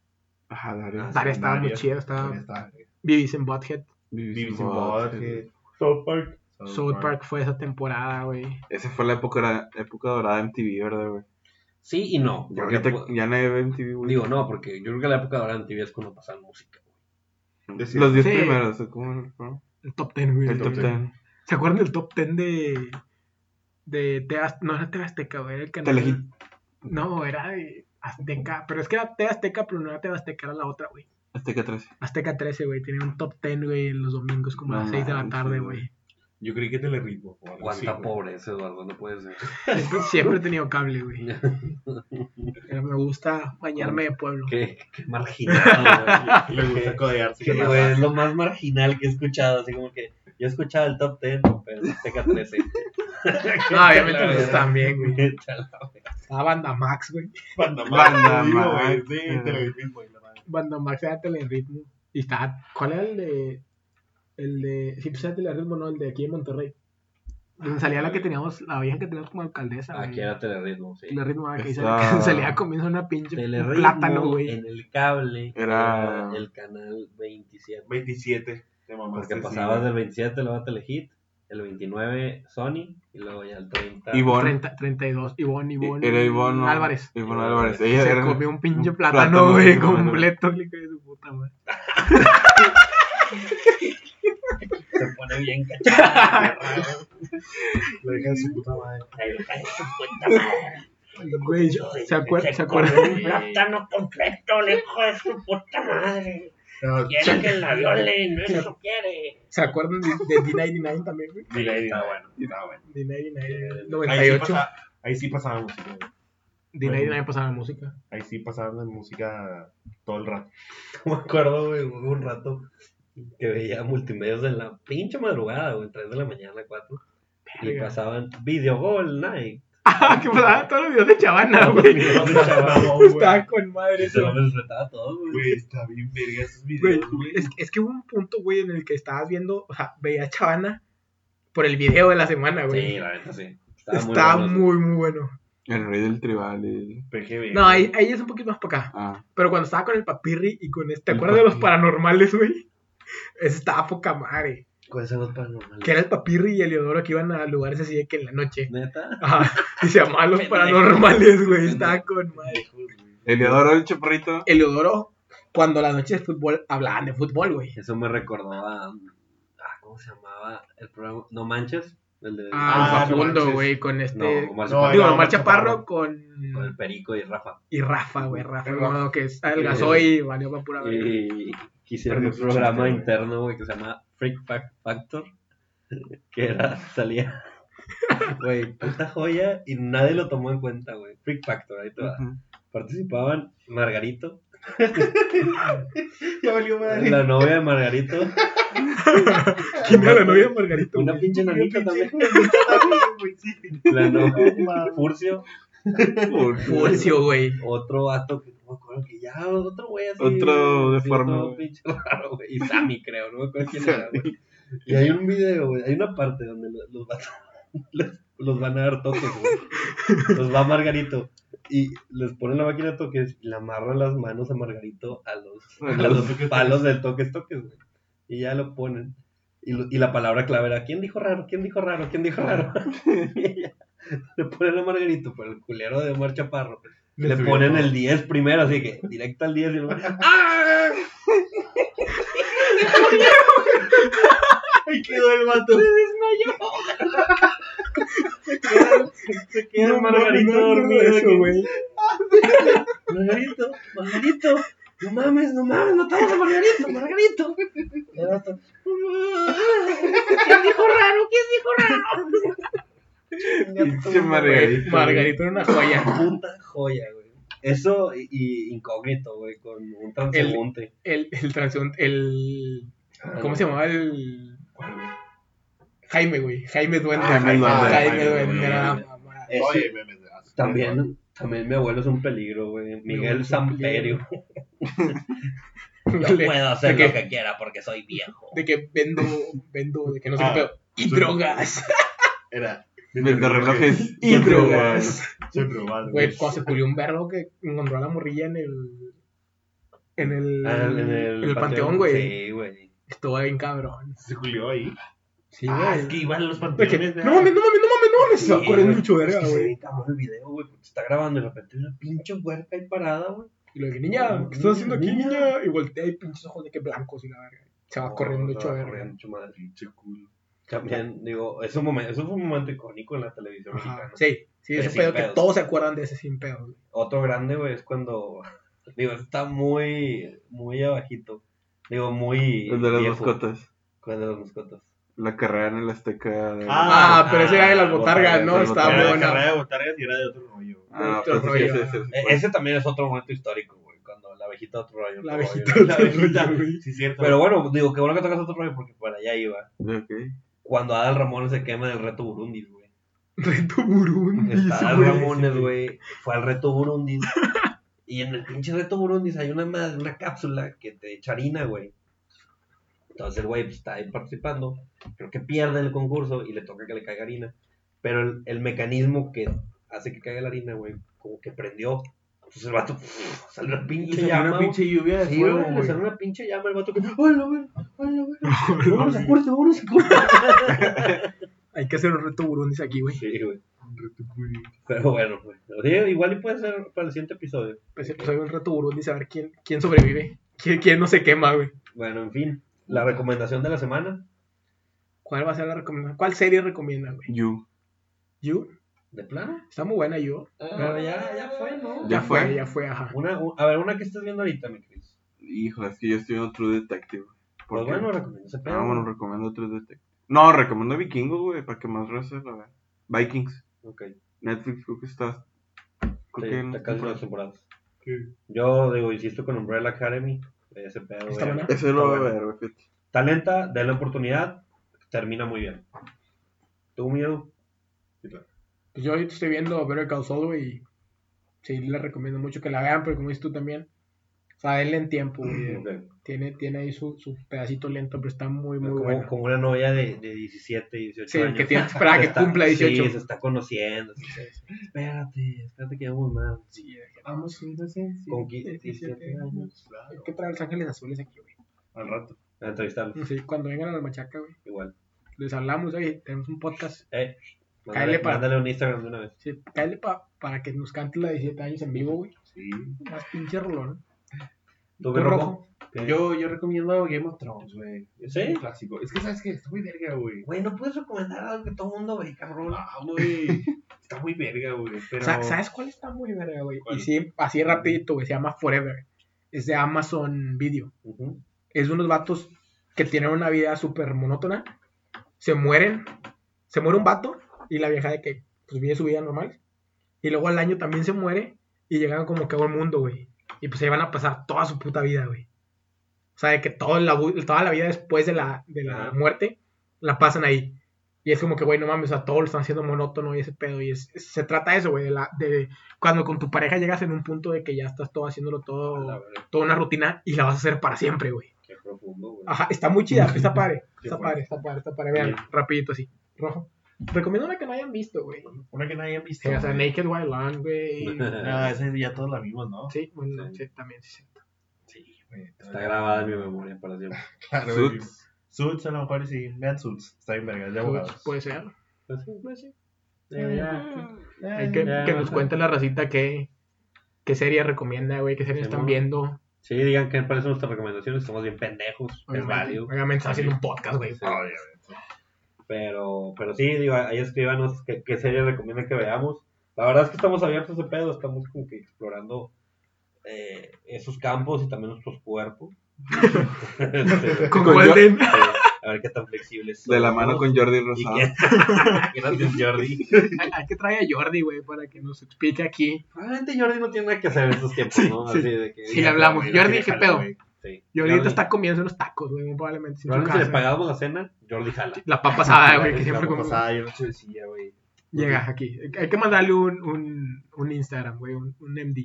D: Ajá, Daria.
B: Daria estaba muy
C: Daria.
B: chida, estaba
C: Ya está. eh.
B: Beavis and Butthead.
C: Beavis and Butthead,
A: South Park.
B: eh. South Park fue esa temporada, güey.
D: Esa fue la época, época dorada de MTV, ¿verdad, güey?
A: Sí y no.
D: Ya
A: porque pues,
D: ahorita
A: pu-
D: ya nadie ve MTV, güey.
A: Digo, no, porque yo creo que la época de ahora TV es cuando pasan música.
C: Decía-
D: Los 10
B: Sí.
D: primeros, ¿o ¿cómo? no?
B: El top 10, güey.
D: El top 10.
B: ¿Se acuerdan del top 10 de. de Te Az- No era Te Azteca, güey, era el canal.
D: Telehit.
B: No, era de Azteca. Pero es que era Te Azteca, pero no era Te Azteca, era la otra, güey.
D: Hasta que 13.
B: Azteca 13, güey. Tenía un top 10, güey, los domingos, como a
D: No
B: las 6 de la
D: manches,
B: tarde,
D: güey.
B: güey.
C: Yo creí que te le ritmo.
A: Cuánta pobreza, Eduardo, no puede ser.
B: Siempre, siempre he tenido cable, güey. Pero Me gusta bañarme de pueblo.
A: Qué, qué marginal,
C: Le gusta codearse.
A: güey. Que, güey, es lo más marginal que he escuchado. Así como que yo escuchaba el top 10, pero el Azteca 13.
B: No, obviamente los también, güey.
A: Chala, güey.
B: Estaba Banda Max, güey.
C: Bandamax,
D: Bandamax.
C: digo, güey, Sí, te le ritmo.
B: Banda Max era Teleritmo. Y estaba. ¿Cuál era el de.? El de. Sí, pues era Teleritmo, no, el de aquí en Monterrey. Donde salía la que teníamos, la vieja que teníamos como alcaldesa. güey.
A: Aquí Ah, era Telerritmo, sí.
B: Teleritmo, ah, que ahí
D: Está-
B: salía, salía comiendo una pinche
A: Telerritmo
B: plátano, güey.
A: en el cable
D: Era-
A: el canal 27.
C: 27. Te
A: Porque
C: mamaste. sí,
A: pasabas
C: güey.
A: del 27 luego a Telehit, el 29 Sony y luego ya el 30.
D: Ivonne.
B: 30, 32. Ivonne, Ivonne.
D: Era Ivonne ¿no?
B: Álvarez.
D: Ivonne Álvarez.
A: Se
D: Ella
B: Se
D: era-
B: comió un pinche
D: un
B: plátano, güey,
D: plátano, güey.
B: completo. Le cae su puta madre.
A: se pone bien cachado.
C: Lo dejan su puta madre.
B: Güey, yo- ¿se acuerdan? ¿Se acuerdan?
A: plátano completo, el hijo de su puta madre.
C: No,
A: Quiere que la violen, eso quiere.
B: ¿Se acuerdan de, de D99 también, güey?
C: Mira, ahí está bueno. Está bueno.
B: D99,
C: Ahí sí
B: 98.
C: pasa- Ahí sí pasaba música. güey.
B: D99 pasaba la música.
C: Ahí sí pasaban música todo el rato.
A: Me acuerdo, güey, hubo un rato que veía multimedios en la pinche madrugada, güey, 3 de la mañana, 4. Y
B: Verga.
A: pasaban Videogol Night.
B: Ah, que pasaban todos los videos de Chavana, güey.
A: Videos de chaval.
B: Estaba con madre
A: Y se
B: eso.
A: lo enfrentaba todo, güey.
C: Güey, está bien verga esos
B: Güey,
C: videos, güey.
B: es, es que hubo un punto, güey, en el que estabas viendo, o sea, veía Chavana por el video de la semana, güey.
A: Sí, la neta sí.
B: Estaba
A: bueno.
B: muy, muy bueno.
D: El rey del tribal. y-
C: PGB.
B: No, ahí, ahí es un poquito más para acá.
D: Ah,
B: Pero cuando estaba con el papirri y con este, ¿te
D: El
B: acuerdas de los
D: Papirri.
B: paranormales, güey? Ese estaba poca madre.
A: ¿Cuáles son los paranormales?
B: Que era el papirri y Eliodoro que iban a lugares así de que en la noche.
A: ¿Neta?
B: Ajá. Y se llamaban los
A: Pendejo.
B: paranormales, güey. Estaba con madre.
D: Eliodoro el chaparrito.
B: Eliodoro, cuando las noches de fútbol hablaban de fútbol, güey.
A: Eso me recordó a. ah, ¿Cómo se llamaba el programa? No manches. El de.
B: Ah,
C: Ah, no
B: Facundo,
C: manches.
B: güey, con este.
A: No, Omar
C: no,
A: Chaparro.
B: digo,
C: era
B: Omar
C: Omar
B: Chaparro
C: Chaparro.
A: Con el
B: con.
A: Perico y Rafa.
B: Y Rafa, güey. Rafa,
C: El
B: no,
C: Rafa.
B: que es adelgazó y valió para pura verga.
A: Y quisieron
C: Perdió
A: un
C: su
A: programa
C: chiste, güey.
A: interno, güey, que se llama Freak Fac- Factor. Que era. Salía. Güey, puta joya. Y nadie lo tomó en cuenta, güey. Freak Factor, ahí te va.
D: Ujú.
A: Participaban Margarito.
C: Ya valió madre.
A: La novia de Margarito.
B: ¿Quién era la novia de Margarito?
A: Una
B: güey?
A: pinche nanita también.
C: Güey, sí.
A: La novia. Furcio.
B: Furcio, güey.
A: otro vato que no me acuerdo que ya, otro güey así.
D: Otro
A: sí,
D: deforme,
A: todo
D: güey.
A: pinche raro, güey. Y Sammy, creo, no me acuerdo quién era, güey. Y hay un video, güey, hay una parte donde lo- los, vatos- les- los van a dar toques, güey. Los va Margarito. Y les ponen la máquina de toques y le amarran las manos a Margarito a los, a
D: A los
A: los palos del toques toques, güey. Y ya lo ponen. Y, lo- y la palabra clave era, ¿quién dijo raro? ¿Quién dijo raro? ¿Quién dijo raro? Y ya, le ponen a Margarito, pero el culero de Omar Chaparro le
C: subieron
A: ponen
C: todo.
A: el 10 primero, así que directo al 10 y luego, ¡ah!
C: Ahí quedó el vato.
A: Se queda
B: No,
A: Margarito
B: no, no, no,
A: dormido.
B: eso,
A: aquí.
B: güey.
A: Margarito, Margarito. No mames, no mames, no estamos a Margarito, Margarito. Y el vato, ¿Quién dijo raro? ¿Quién dijo raro? Chinga tu
D: Pinche
A: madre.
D: Margarito. güey.
B: Margarito era una joya.
A: Puta joya, güey. Eso y, y incógnito, güey, con un transeúnte.
B: El, el transeúnte, el... ¿Cómo se llamaba el...?
C: ¿Cuál, güey?
B: Jaime, güey. Jaime Duende.
D: Ah, Jaime Duende.
B: Jaime
C: Jaime
B: Duende.
C: Duende.
B: era la mamada.
A: Ese-
C: Oye, me- me- hace-
A: También, también mi abuelo es un peligro, güey.
B: abuelo
A: Miguel
B: es un peligro.
A: Samperio. Yo puedo hacer
B: de
A: lo
B: que-
A: que quiera porque soy viejo.
B: De que vendo, vendo, de que no sé
C: Ah,
B: qué pedo. Y
C: sí.
B: drogas.
C: Era.
D: Vende relojes
B: Y
D: y
B: drogas.
D: drogas.
C: Se robaron,
B: Güey, cuando se pulió un verlo que encontró a la morrilla en el... En el...
A: Ah, en el,
B: en el panteón, güey.
A: Sí, güey.
B: Estuvo bien cabrón.
C: Se culió ahí.
B: Sí, güey.
A: Ah, es que iban los
B: De que,
A: panteones.
B: no mames, no mames, no mames, no mames. Se va
A: Sí,
B: corriendo
A: güey.
B: mucho
A: Es
B: verga,
A: que se
B: güey.
A: ve cabrón el video, güey, porque está grabando y de repente una pinche huerta ahí parada, güey.
B: Y lo de que, niña, ¿qué estás haciendo aquí,
A: Niña.
B: niña? Y voltea y pinches ojos de que blancos y la verga. Se va Ah, corriendo
A: Se
B: hecho
A: va
B: verga.
A: corriendo hecho madre.
C: Pinche culo.
A: También, digo, es un momento, eso fue un momento icónico en la televisión
B: Ajá,
A: mexicana.
B: Sí, sí,
A: Pero
B: ese
A: sin
B: pedo que
A: pedos.
B: todos se acuerdan de ese sin pedo. güey.
A: Otro grande, güey, es cuando, digo, está muy, muy abajito. Digo, muy
D: El de las
A: viejo.
D: mascotas.
A: ¿Cuál de las mascotas?
D: La carrera en el Azteca. de-
B: Ah,
C: Ah,
B: pero ese era de las botargas,
D: botargas,
B: ¿no?
D: las
B: Estaba
C: era
B: muy
D: botargas.
B: buena.
C: de carrera de botargas y era de otro rollo.
D: Ah, no,
B: otro
D: pensé que
B: rollo.
D: ese- ese-
A: E- ese también es otro momento histórico, güey, cuando la abejita de otro rayo.
B: pues. La
A: otro
B: abejita
A: rollo,
B: de
A: la
B: otro
A: abejita.
B: rollo, güey.
C: Sí, cierto.
A: Pero bueno, digo, qué bueno que tocas otro rollo porque para allá iba.
D: Ok.
A: Cuando Adal Ramones se quema en el reto Burundi, güey.
B: Reto Burundi.
A: Está
B: ese
A: Adal
B: güey.
A: Ramones, güey. Fue al reto Burundis. y en el pinche reto Burundis hay una madre, una cápsula que te echa harina, güey. Entonces el güey pues, está ahí participando. Creo que pierde el concurso y le toca que le caiga harina. Pero el, el mecanismo que hace que caiga la harina, güey, como que prendió. Entonces el vato pff, salió una pinche
C: Tenía
A: llama. güey.
C: lluvia
A: Sí, güey, le salió una pinche llama el vato que. ¡Hola, güey! ¡Hola, güey! ¡Vámonos a corte! ¡Vámonos a corte!
B: Hay que hacer un reto Burundi aquí, güey.
A: Sí, güey. Pero bueno, pues. sí, igual y puede ser para el siguiente episodio.
B: Pues pues, hay un reto Burundi, saber quién, quién sobrevive. Quién, quién no se quema, güey.
A: Bueno, en fin. La recomendación de la semana
B: ¿Cuál va a ser la recomendación? ¿Cuál serie recomienda, güey?
D: You.
B: You.
A: de plano.
B: Está muy buena, You.
A: Pero ya, ya fue, ¿no?
D: Ya fue.
B: Ah, Ya fue, ajá.
A: Una, u- a ver, una que estás viendo ahorita, mi Cris.
D: Híjole, es que yo estoy viendo True Detective.
A: Pues
D: qué?
A: bueno, recomiendo ese pedo.
D: Ah, bueno, recomiendo True Detective. No, recomiendo Vikingos, güey, para que más raza lo vea. Vikings.
A: Ok.
D: Netflix, creo que está. Creo
A: Sí,
D: que en-
A: está casi las temporadas.
C: Sí.
B: Pues,
A: Yo digo, insisto con Umbrella Academy. Ese pedo.
B: Está
A: güey.
B: buena.
D: Ese lo voy a
A: Está
D: ver, güey. fíjate.
A: Talenta, de la oportunidad. Termina muy bien. ¿Tú, miedo?
B: Pues yo ahorita estoy viendo Better Call Saul, güey. y Sí, les recomiendo mucho que la vean, pero como dices tú también. O sea, denle en tiempo, güey. Tiene, tiene ahí su, su pedacito lento, pero está muy, muy
A: como,
B: bueno.
A: como una novia de, de 17, 18
B: Sí,
A: años.
B: que tiene que esperar a
A: Se
B: que
A: está-
B: cumpla 18.
A: Sí, se está conociendo. sí, sí, sí. Espérate, espérate que vamos más.
B: Sí, vamos subiendo
A: Con 15, 17 años.
B: Hay que traer los ángeles azules aquí, güey.
C: Al rato.
A: A entrevistarlo,
B: Sí, cuando vengan a la machaca, güey.
A: igual.
B: Les hablamos, oye, tenemos un podcast.
A: Eh, mándale,
B: Cáele pa-
A: mándale un Instagram de una vez.
B: Sí, cállale pa- para que nos cante la de 17 años en vivo, güey.
C: Sí.
B: Más pinche rolón.
A: ¿Tú,
B: ¿Tú,
A: rojo?
B: Rojo?
A: ¿Qué?
C: Yo, yo recomiendo Game of Thrones, güey. Es
A: ¿Sí?
C: un clásico. Es que sabes que está muy verga, güey.
A: Güey, no puedes recomendar algo que todo el mundo ve, cabrón.
C: Ah, güey. Está muy verga, güey. Pero.
B: Sa- ¿Sabes cuál está muy verga, güey?
C: ¿Cuál?
B: Y sí, así rapidito, güey. Se llama Forever. Es de Amazon Video.
A: Ujú.
B: es de unos vatos que tienen una vida súper monótona. Se mueren, se muere un vato y la vieja de que pues vive su vida normal. Y luego al año también se muere y llegan como que a un mundo, güey. Y pues ahí van a pasar toda su puta vida, güey. O sea, de que todo la bu- toda la vida después de la, de la
A: Ajá.
B: muerte la pasan ahí. Y es como que, güey, no mames, o sea, todo lo están haciendo monótono y ese pedo. Y es, es- se trata de eso, güey, de, la- de cuando con tu pareja llegas en un punto de que ya estás todo haciéndolo
A: A la
B: todo,
A: verga,
B: toda una rutina y la vas a hacer para siempre, güey.
A: Qué profundo, güey.
B: Ajá, está muy chida, está padre.
C: Qué
B: Está
C: bueno.
B: padre, está padre, está padre. Vean,
A: Bien.
B: rapidito así. Rojo. Recomiendo una que no hayan visto, güey.
C: Una que nadie ha
B: Sí,
C: visto.
B: o sea,
C: güey.
B: Naked Wild Land, güey.
C: No, esa ya todos la vimos, ¿no?
B: Sí, bueno, sí, también, sí. sí.
C: Sí, güey.
A: Está grabada en mi memoria para siempre.
C: Claro, güey.
D: Suits.
C: Suits, a lo mejor sí. Vean Suits. Está bien verga, es de abogados.
B: Puede ser.
A: Pues sí, pues sí.
B: Eh,
A: Ya,
B: Hay que,
A: ya,
B: que nos
A: ajá.
B: cuente la racita qué, qué serie recomienda, güey, qué serie están
A: Simón.
B: viendo.
A: Sí, digan que parecen nuestras recomendaciones. Estamos bien pendejos. Es
B: Obviamente,
A: válido.
B: obviamente está haciendo un podcast, güey.
A: Sí.
C: Obviamente.
A: Pero, pero sí, digo, ahí escríbanos qué, qué serie recomiendan que veamos. La verdad es que estamos abiertos de pedo, estamos como que explorando eh, esos campos y también nuestros cuerpos. Este,
B: Con
D: Con
B: Golden.
A: eh, a ver qué tan flexibles
D: De la mano
A: somos.
D: con Jordi
A: Y
D: Rosado.
A: qué- Gracias, Jordi.
B: Hay, hay que traer a Jordi, güey, para que nos explique aquí.
A: Probablemente Jordi no tiene nada que hacer en estos tiempos, ¿no?
B: sí.
A: Así de que,
B: Sí, le hablamos.
C: güey,
B: Jordi,
C: déjalo,
B: ¿qué pedo?
C: güey.
A: sí.
B: Y ahorita está comiendo unos tacos, güey, muy probablemente. sin su
A: Probablemente si le
B: casa.
A: pagamos la cena, Jordi jala.
B: La papa asada, Ah, güey, que
A: La
B: siempre
A: papa
B: comemos.
C: Pasada, yo no sé si ya, güey.
B: Llega aquí. Hay que mandarle un, un, un Instagram, güey, un, un MD.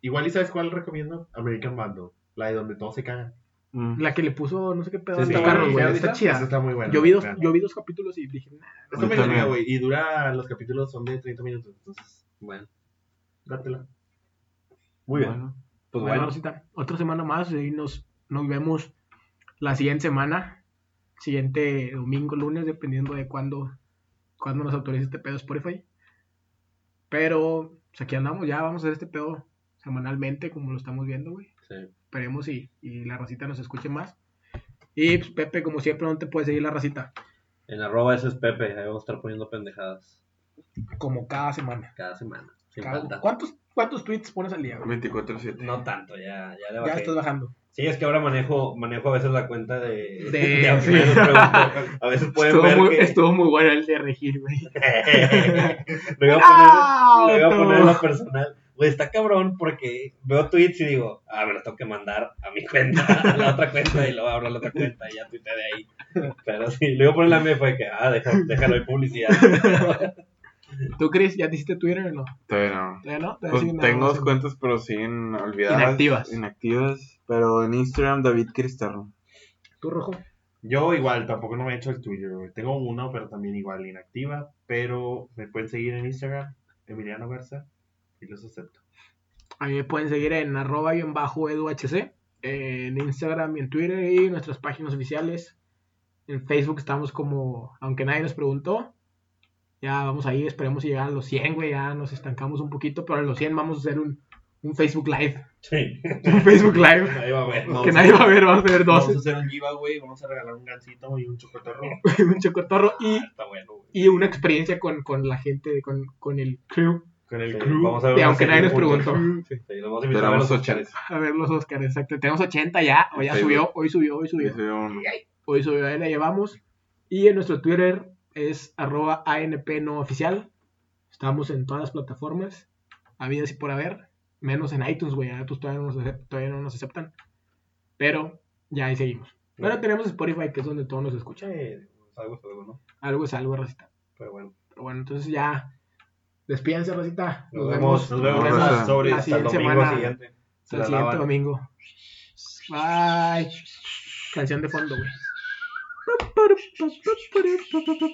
C: Igual, ¿y sabes cuál recomiendo? American Bando. La de donde todos se cagan.
D: Mm.
B: La que le puso, no sé qué pedo,
A: Sí,
B: al
A: sí,
B: tacarro,
A: sí,
B: güey.
A: sí,
B: Está
A: sí,
C: Esa
B: chida.
C: está muy buena.
B: Yo vi, dos,
C: Vean.
B: yo vi dos capítulos y dije, nah,
C: Está muy
D: Yo
C: larga,
D: también.
C: güey. Y dura, los capítulos son de 30 minutos. Entonces,
A: Bueno,
C: dátela.
A: muy bien.
D: Bueno.
A: Pues
B: bueno,
A: bueno,
B: Rosita, otra semana más y nos, nos vemos la siguiente semana, siguiente domingo, lunes, dependiendo de cuándo, cuándo nos autorice este pedo Spotify. Pero, pues aquí andamos, ya vamos a hacer este pedo semanalmente, como lo estamos viendo, güey.
A: sí.
B: Esperemos y, y la racita nos escuche más. Y pues, Pepe, como siempre, no te puede seguir la racita,
A: en arroba ese es Pepe, ahí vamos a estar poniendo pendejadas
B: como cada semana.
A: cada semana. Sin
B: Cada-
A: falta.
B: ¿Cuántos, ¿Cuántos tweets pones al día, güey?
D: 24-7.
A: No tanto, ya, ya le
B: Ya
A: bajé.
B: estás bajando.
A: Sí, es que ahora manejo, manejo a veces la cuenta de...
B: De-
A: a,
B: sí.
A: veces pregunto- a veces pueden
B: Estuvo
A: ver
B: muy,
A: que...
B: estuvo muy bueno el de regir, güey.
A: Lo iba a poner...
B: Ah,
A: Le voy a poner en lo personal. Güey, está cabrón porque veo tweets y digo, ah, me los tengo que mandar a mi cuenta, a la otra cuenta, y luego abro la otra cuenta y ya tuiteé de ahí. Pero sí, le voy a poner la mía fue que, ah, deja- déjalo hay publicidad.
B: ¿Tú, Chris, ya te hiciste Twitter o no?
D: Todavía no.
B: ¿Todavía no? Todavía
D: Pues
B: siguen
D: tengo
B: nada
D: dos
B: más.
D: cuentas, pero siguen olvidadas.
B: Inactivas.
D: Inactivas. Pero en Instagram, David Cristerno.
B: ¿Tú, Rojo?
C: Yo igual, tampoco no me he hecho el Twitter, güey. Tengo uno, pero también igual inactiva. Pero me pueden seguir en Instagram, Emiliano Garza, y los acepto.
B: A mí me pueden seguir en arroba y en bajo eduhc, en Instagram y en Twitter y nuestras páginas oficiales. En Facebook estamos como, aunque nadie nos preguntó, ya vamos ahí, esperemos llegar a los 100, güey, ya nos estancamos un poquito, pero a los 100 vamos a hacer un, un Facebook Live.
A: Sí,
B: Un Facebook Live
A: ahí va a ver.
C: No,
B: que
C: sí.
B: nadie va a ver, vamos a ver
C: Vamos a
B: 12.
C: hacer un giveaway, vamos a regalar un gancito y un chocotorro.
B: un chocotorro y,
A: Ah, Está bueno, güey.
B: y una experiencia con, con la gente, con, con el crew.
C: Con el
A: Sí,
C: crew.
A: vamos a ver
B: Y
A: una
B: aunque
A: serie
B: nadie nos
A: juntos.
B: preguntó.
A: Sí, lo vamos a invitar a
D: Pero
A: ver
D: vamos
A: los
D: a
A: Óscares.
B: A ver los Oscars, exacto. Tenemos 80 ya. Hoy ya
D: Sí,
B: subió, hoy subió, hoy
D: Sí,
B: subió.
D: soy un-
B: Hoy subió, ahí la llevamos. Y en nuestro Twitter es arroba ANP no oficial. Estamos en todas las plataformas. Habidas y por haber. Menos en iTunes, güey. En iTunes todavía no, nos acep- todavía no nos aceptan. Pero ya ahí seguimos. Pero tenemos Spotify, que es donde todos nos
A: Sí,
B: escuchan.
A: pues, algo es algo, ¿no?
B: Algo es algo, Rosita.
A: Pero bueno,
B: Pero bueno, entonces ya. Despídense, Rosita.
A: nos, vemos. Nos vemos.
D: Nos vemos.
A: Sobre
B: La
A: hasta el
B: siguiente
A: domingo
B: semana.
A: siguiente.
B: Hasta
A: la
B: el siguiente
A: lavan.
B: domingo. Bye. Canción de fondo, güey.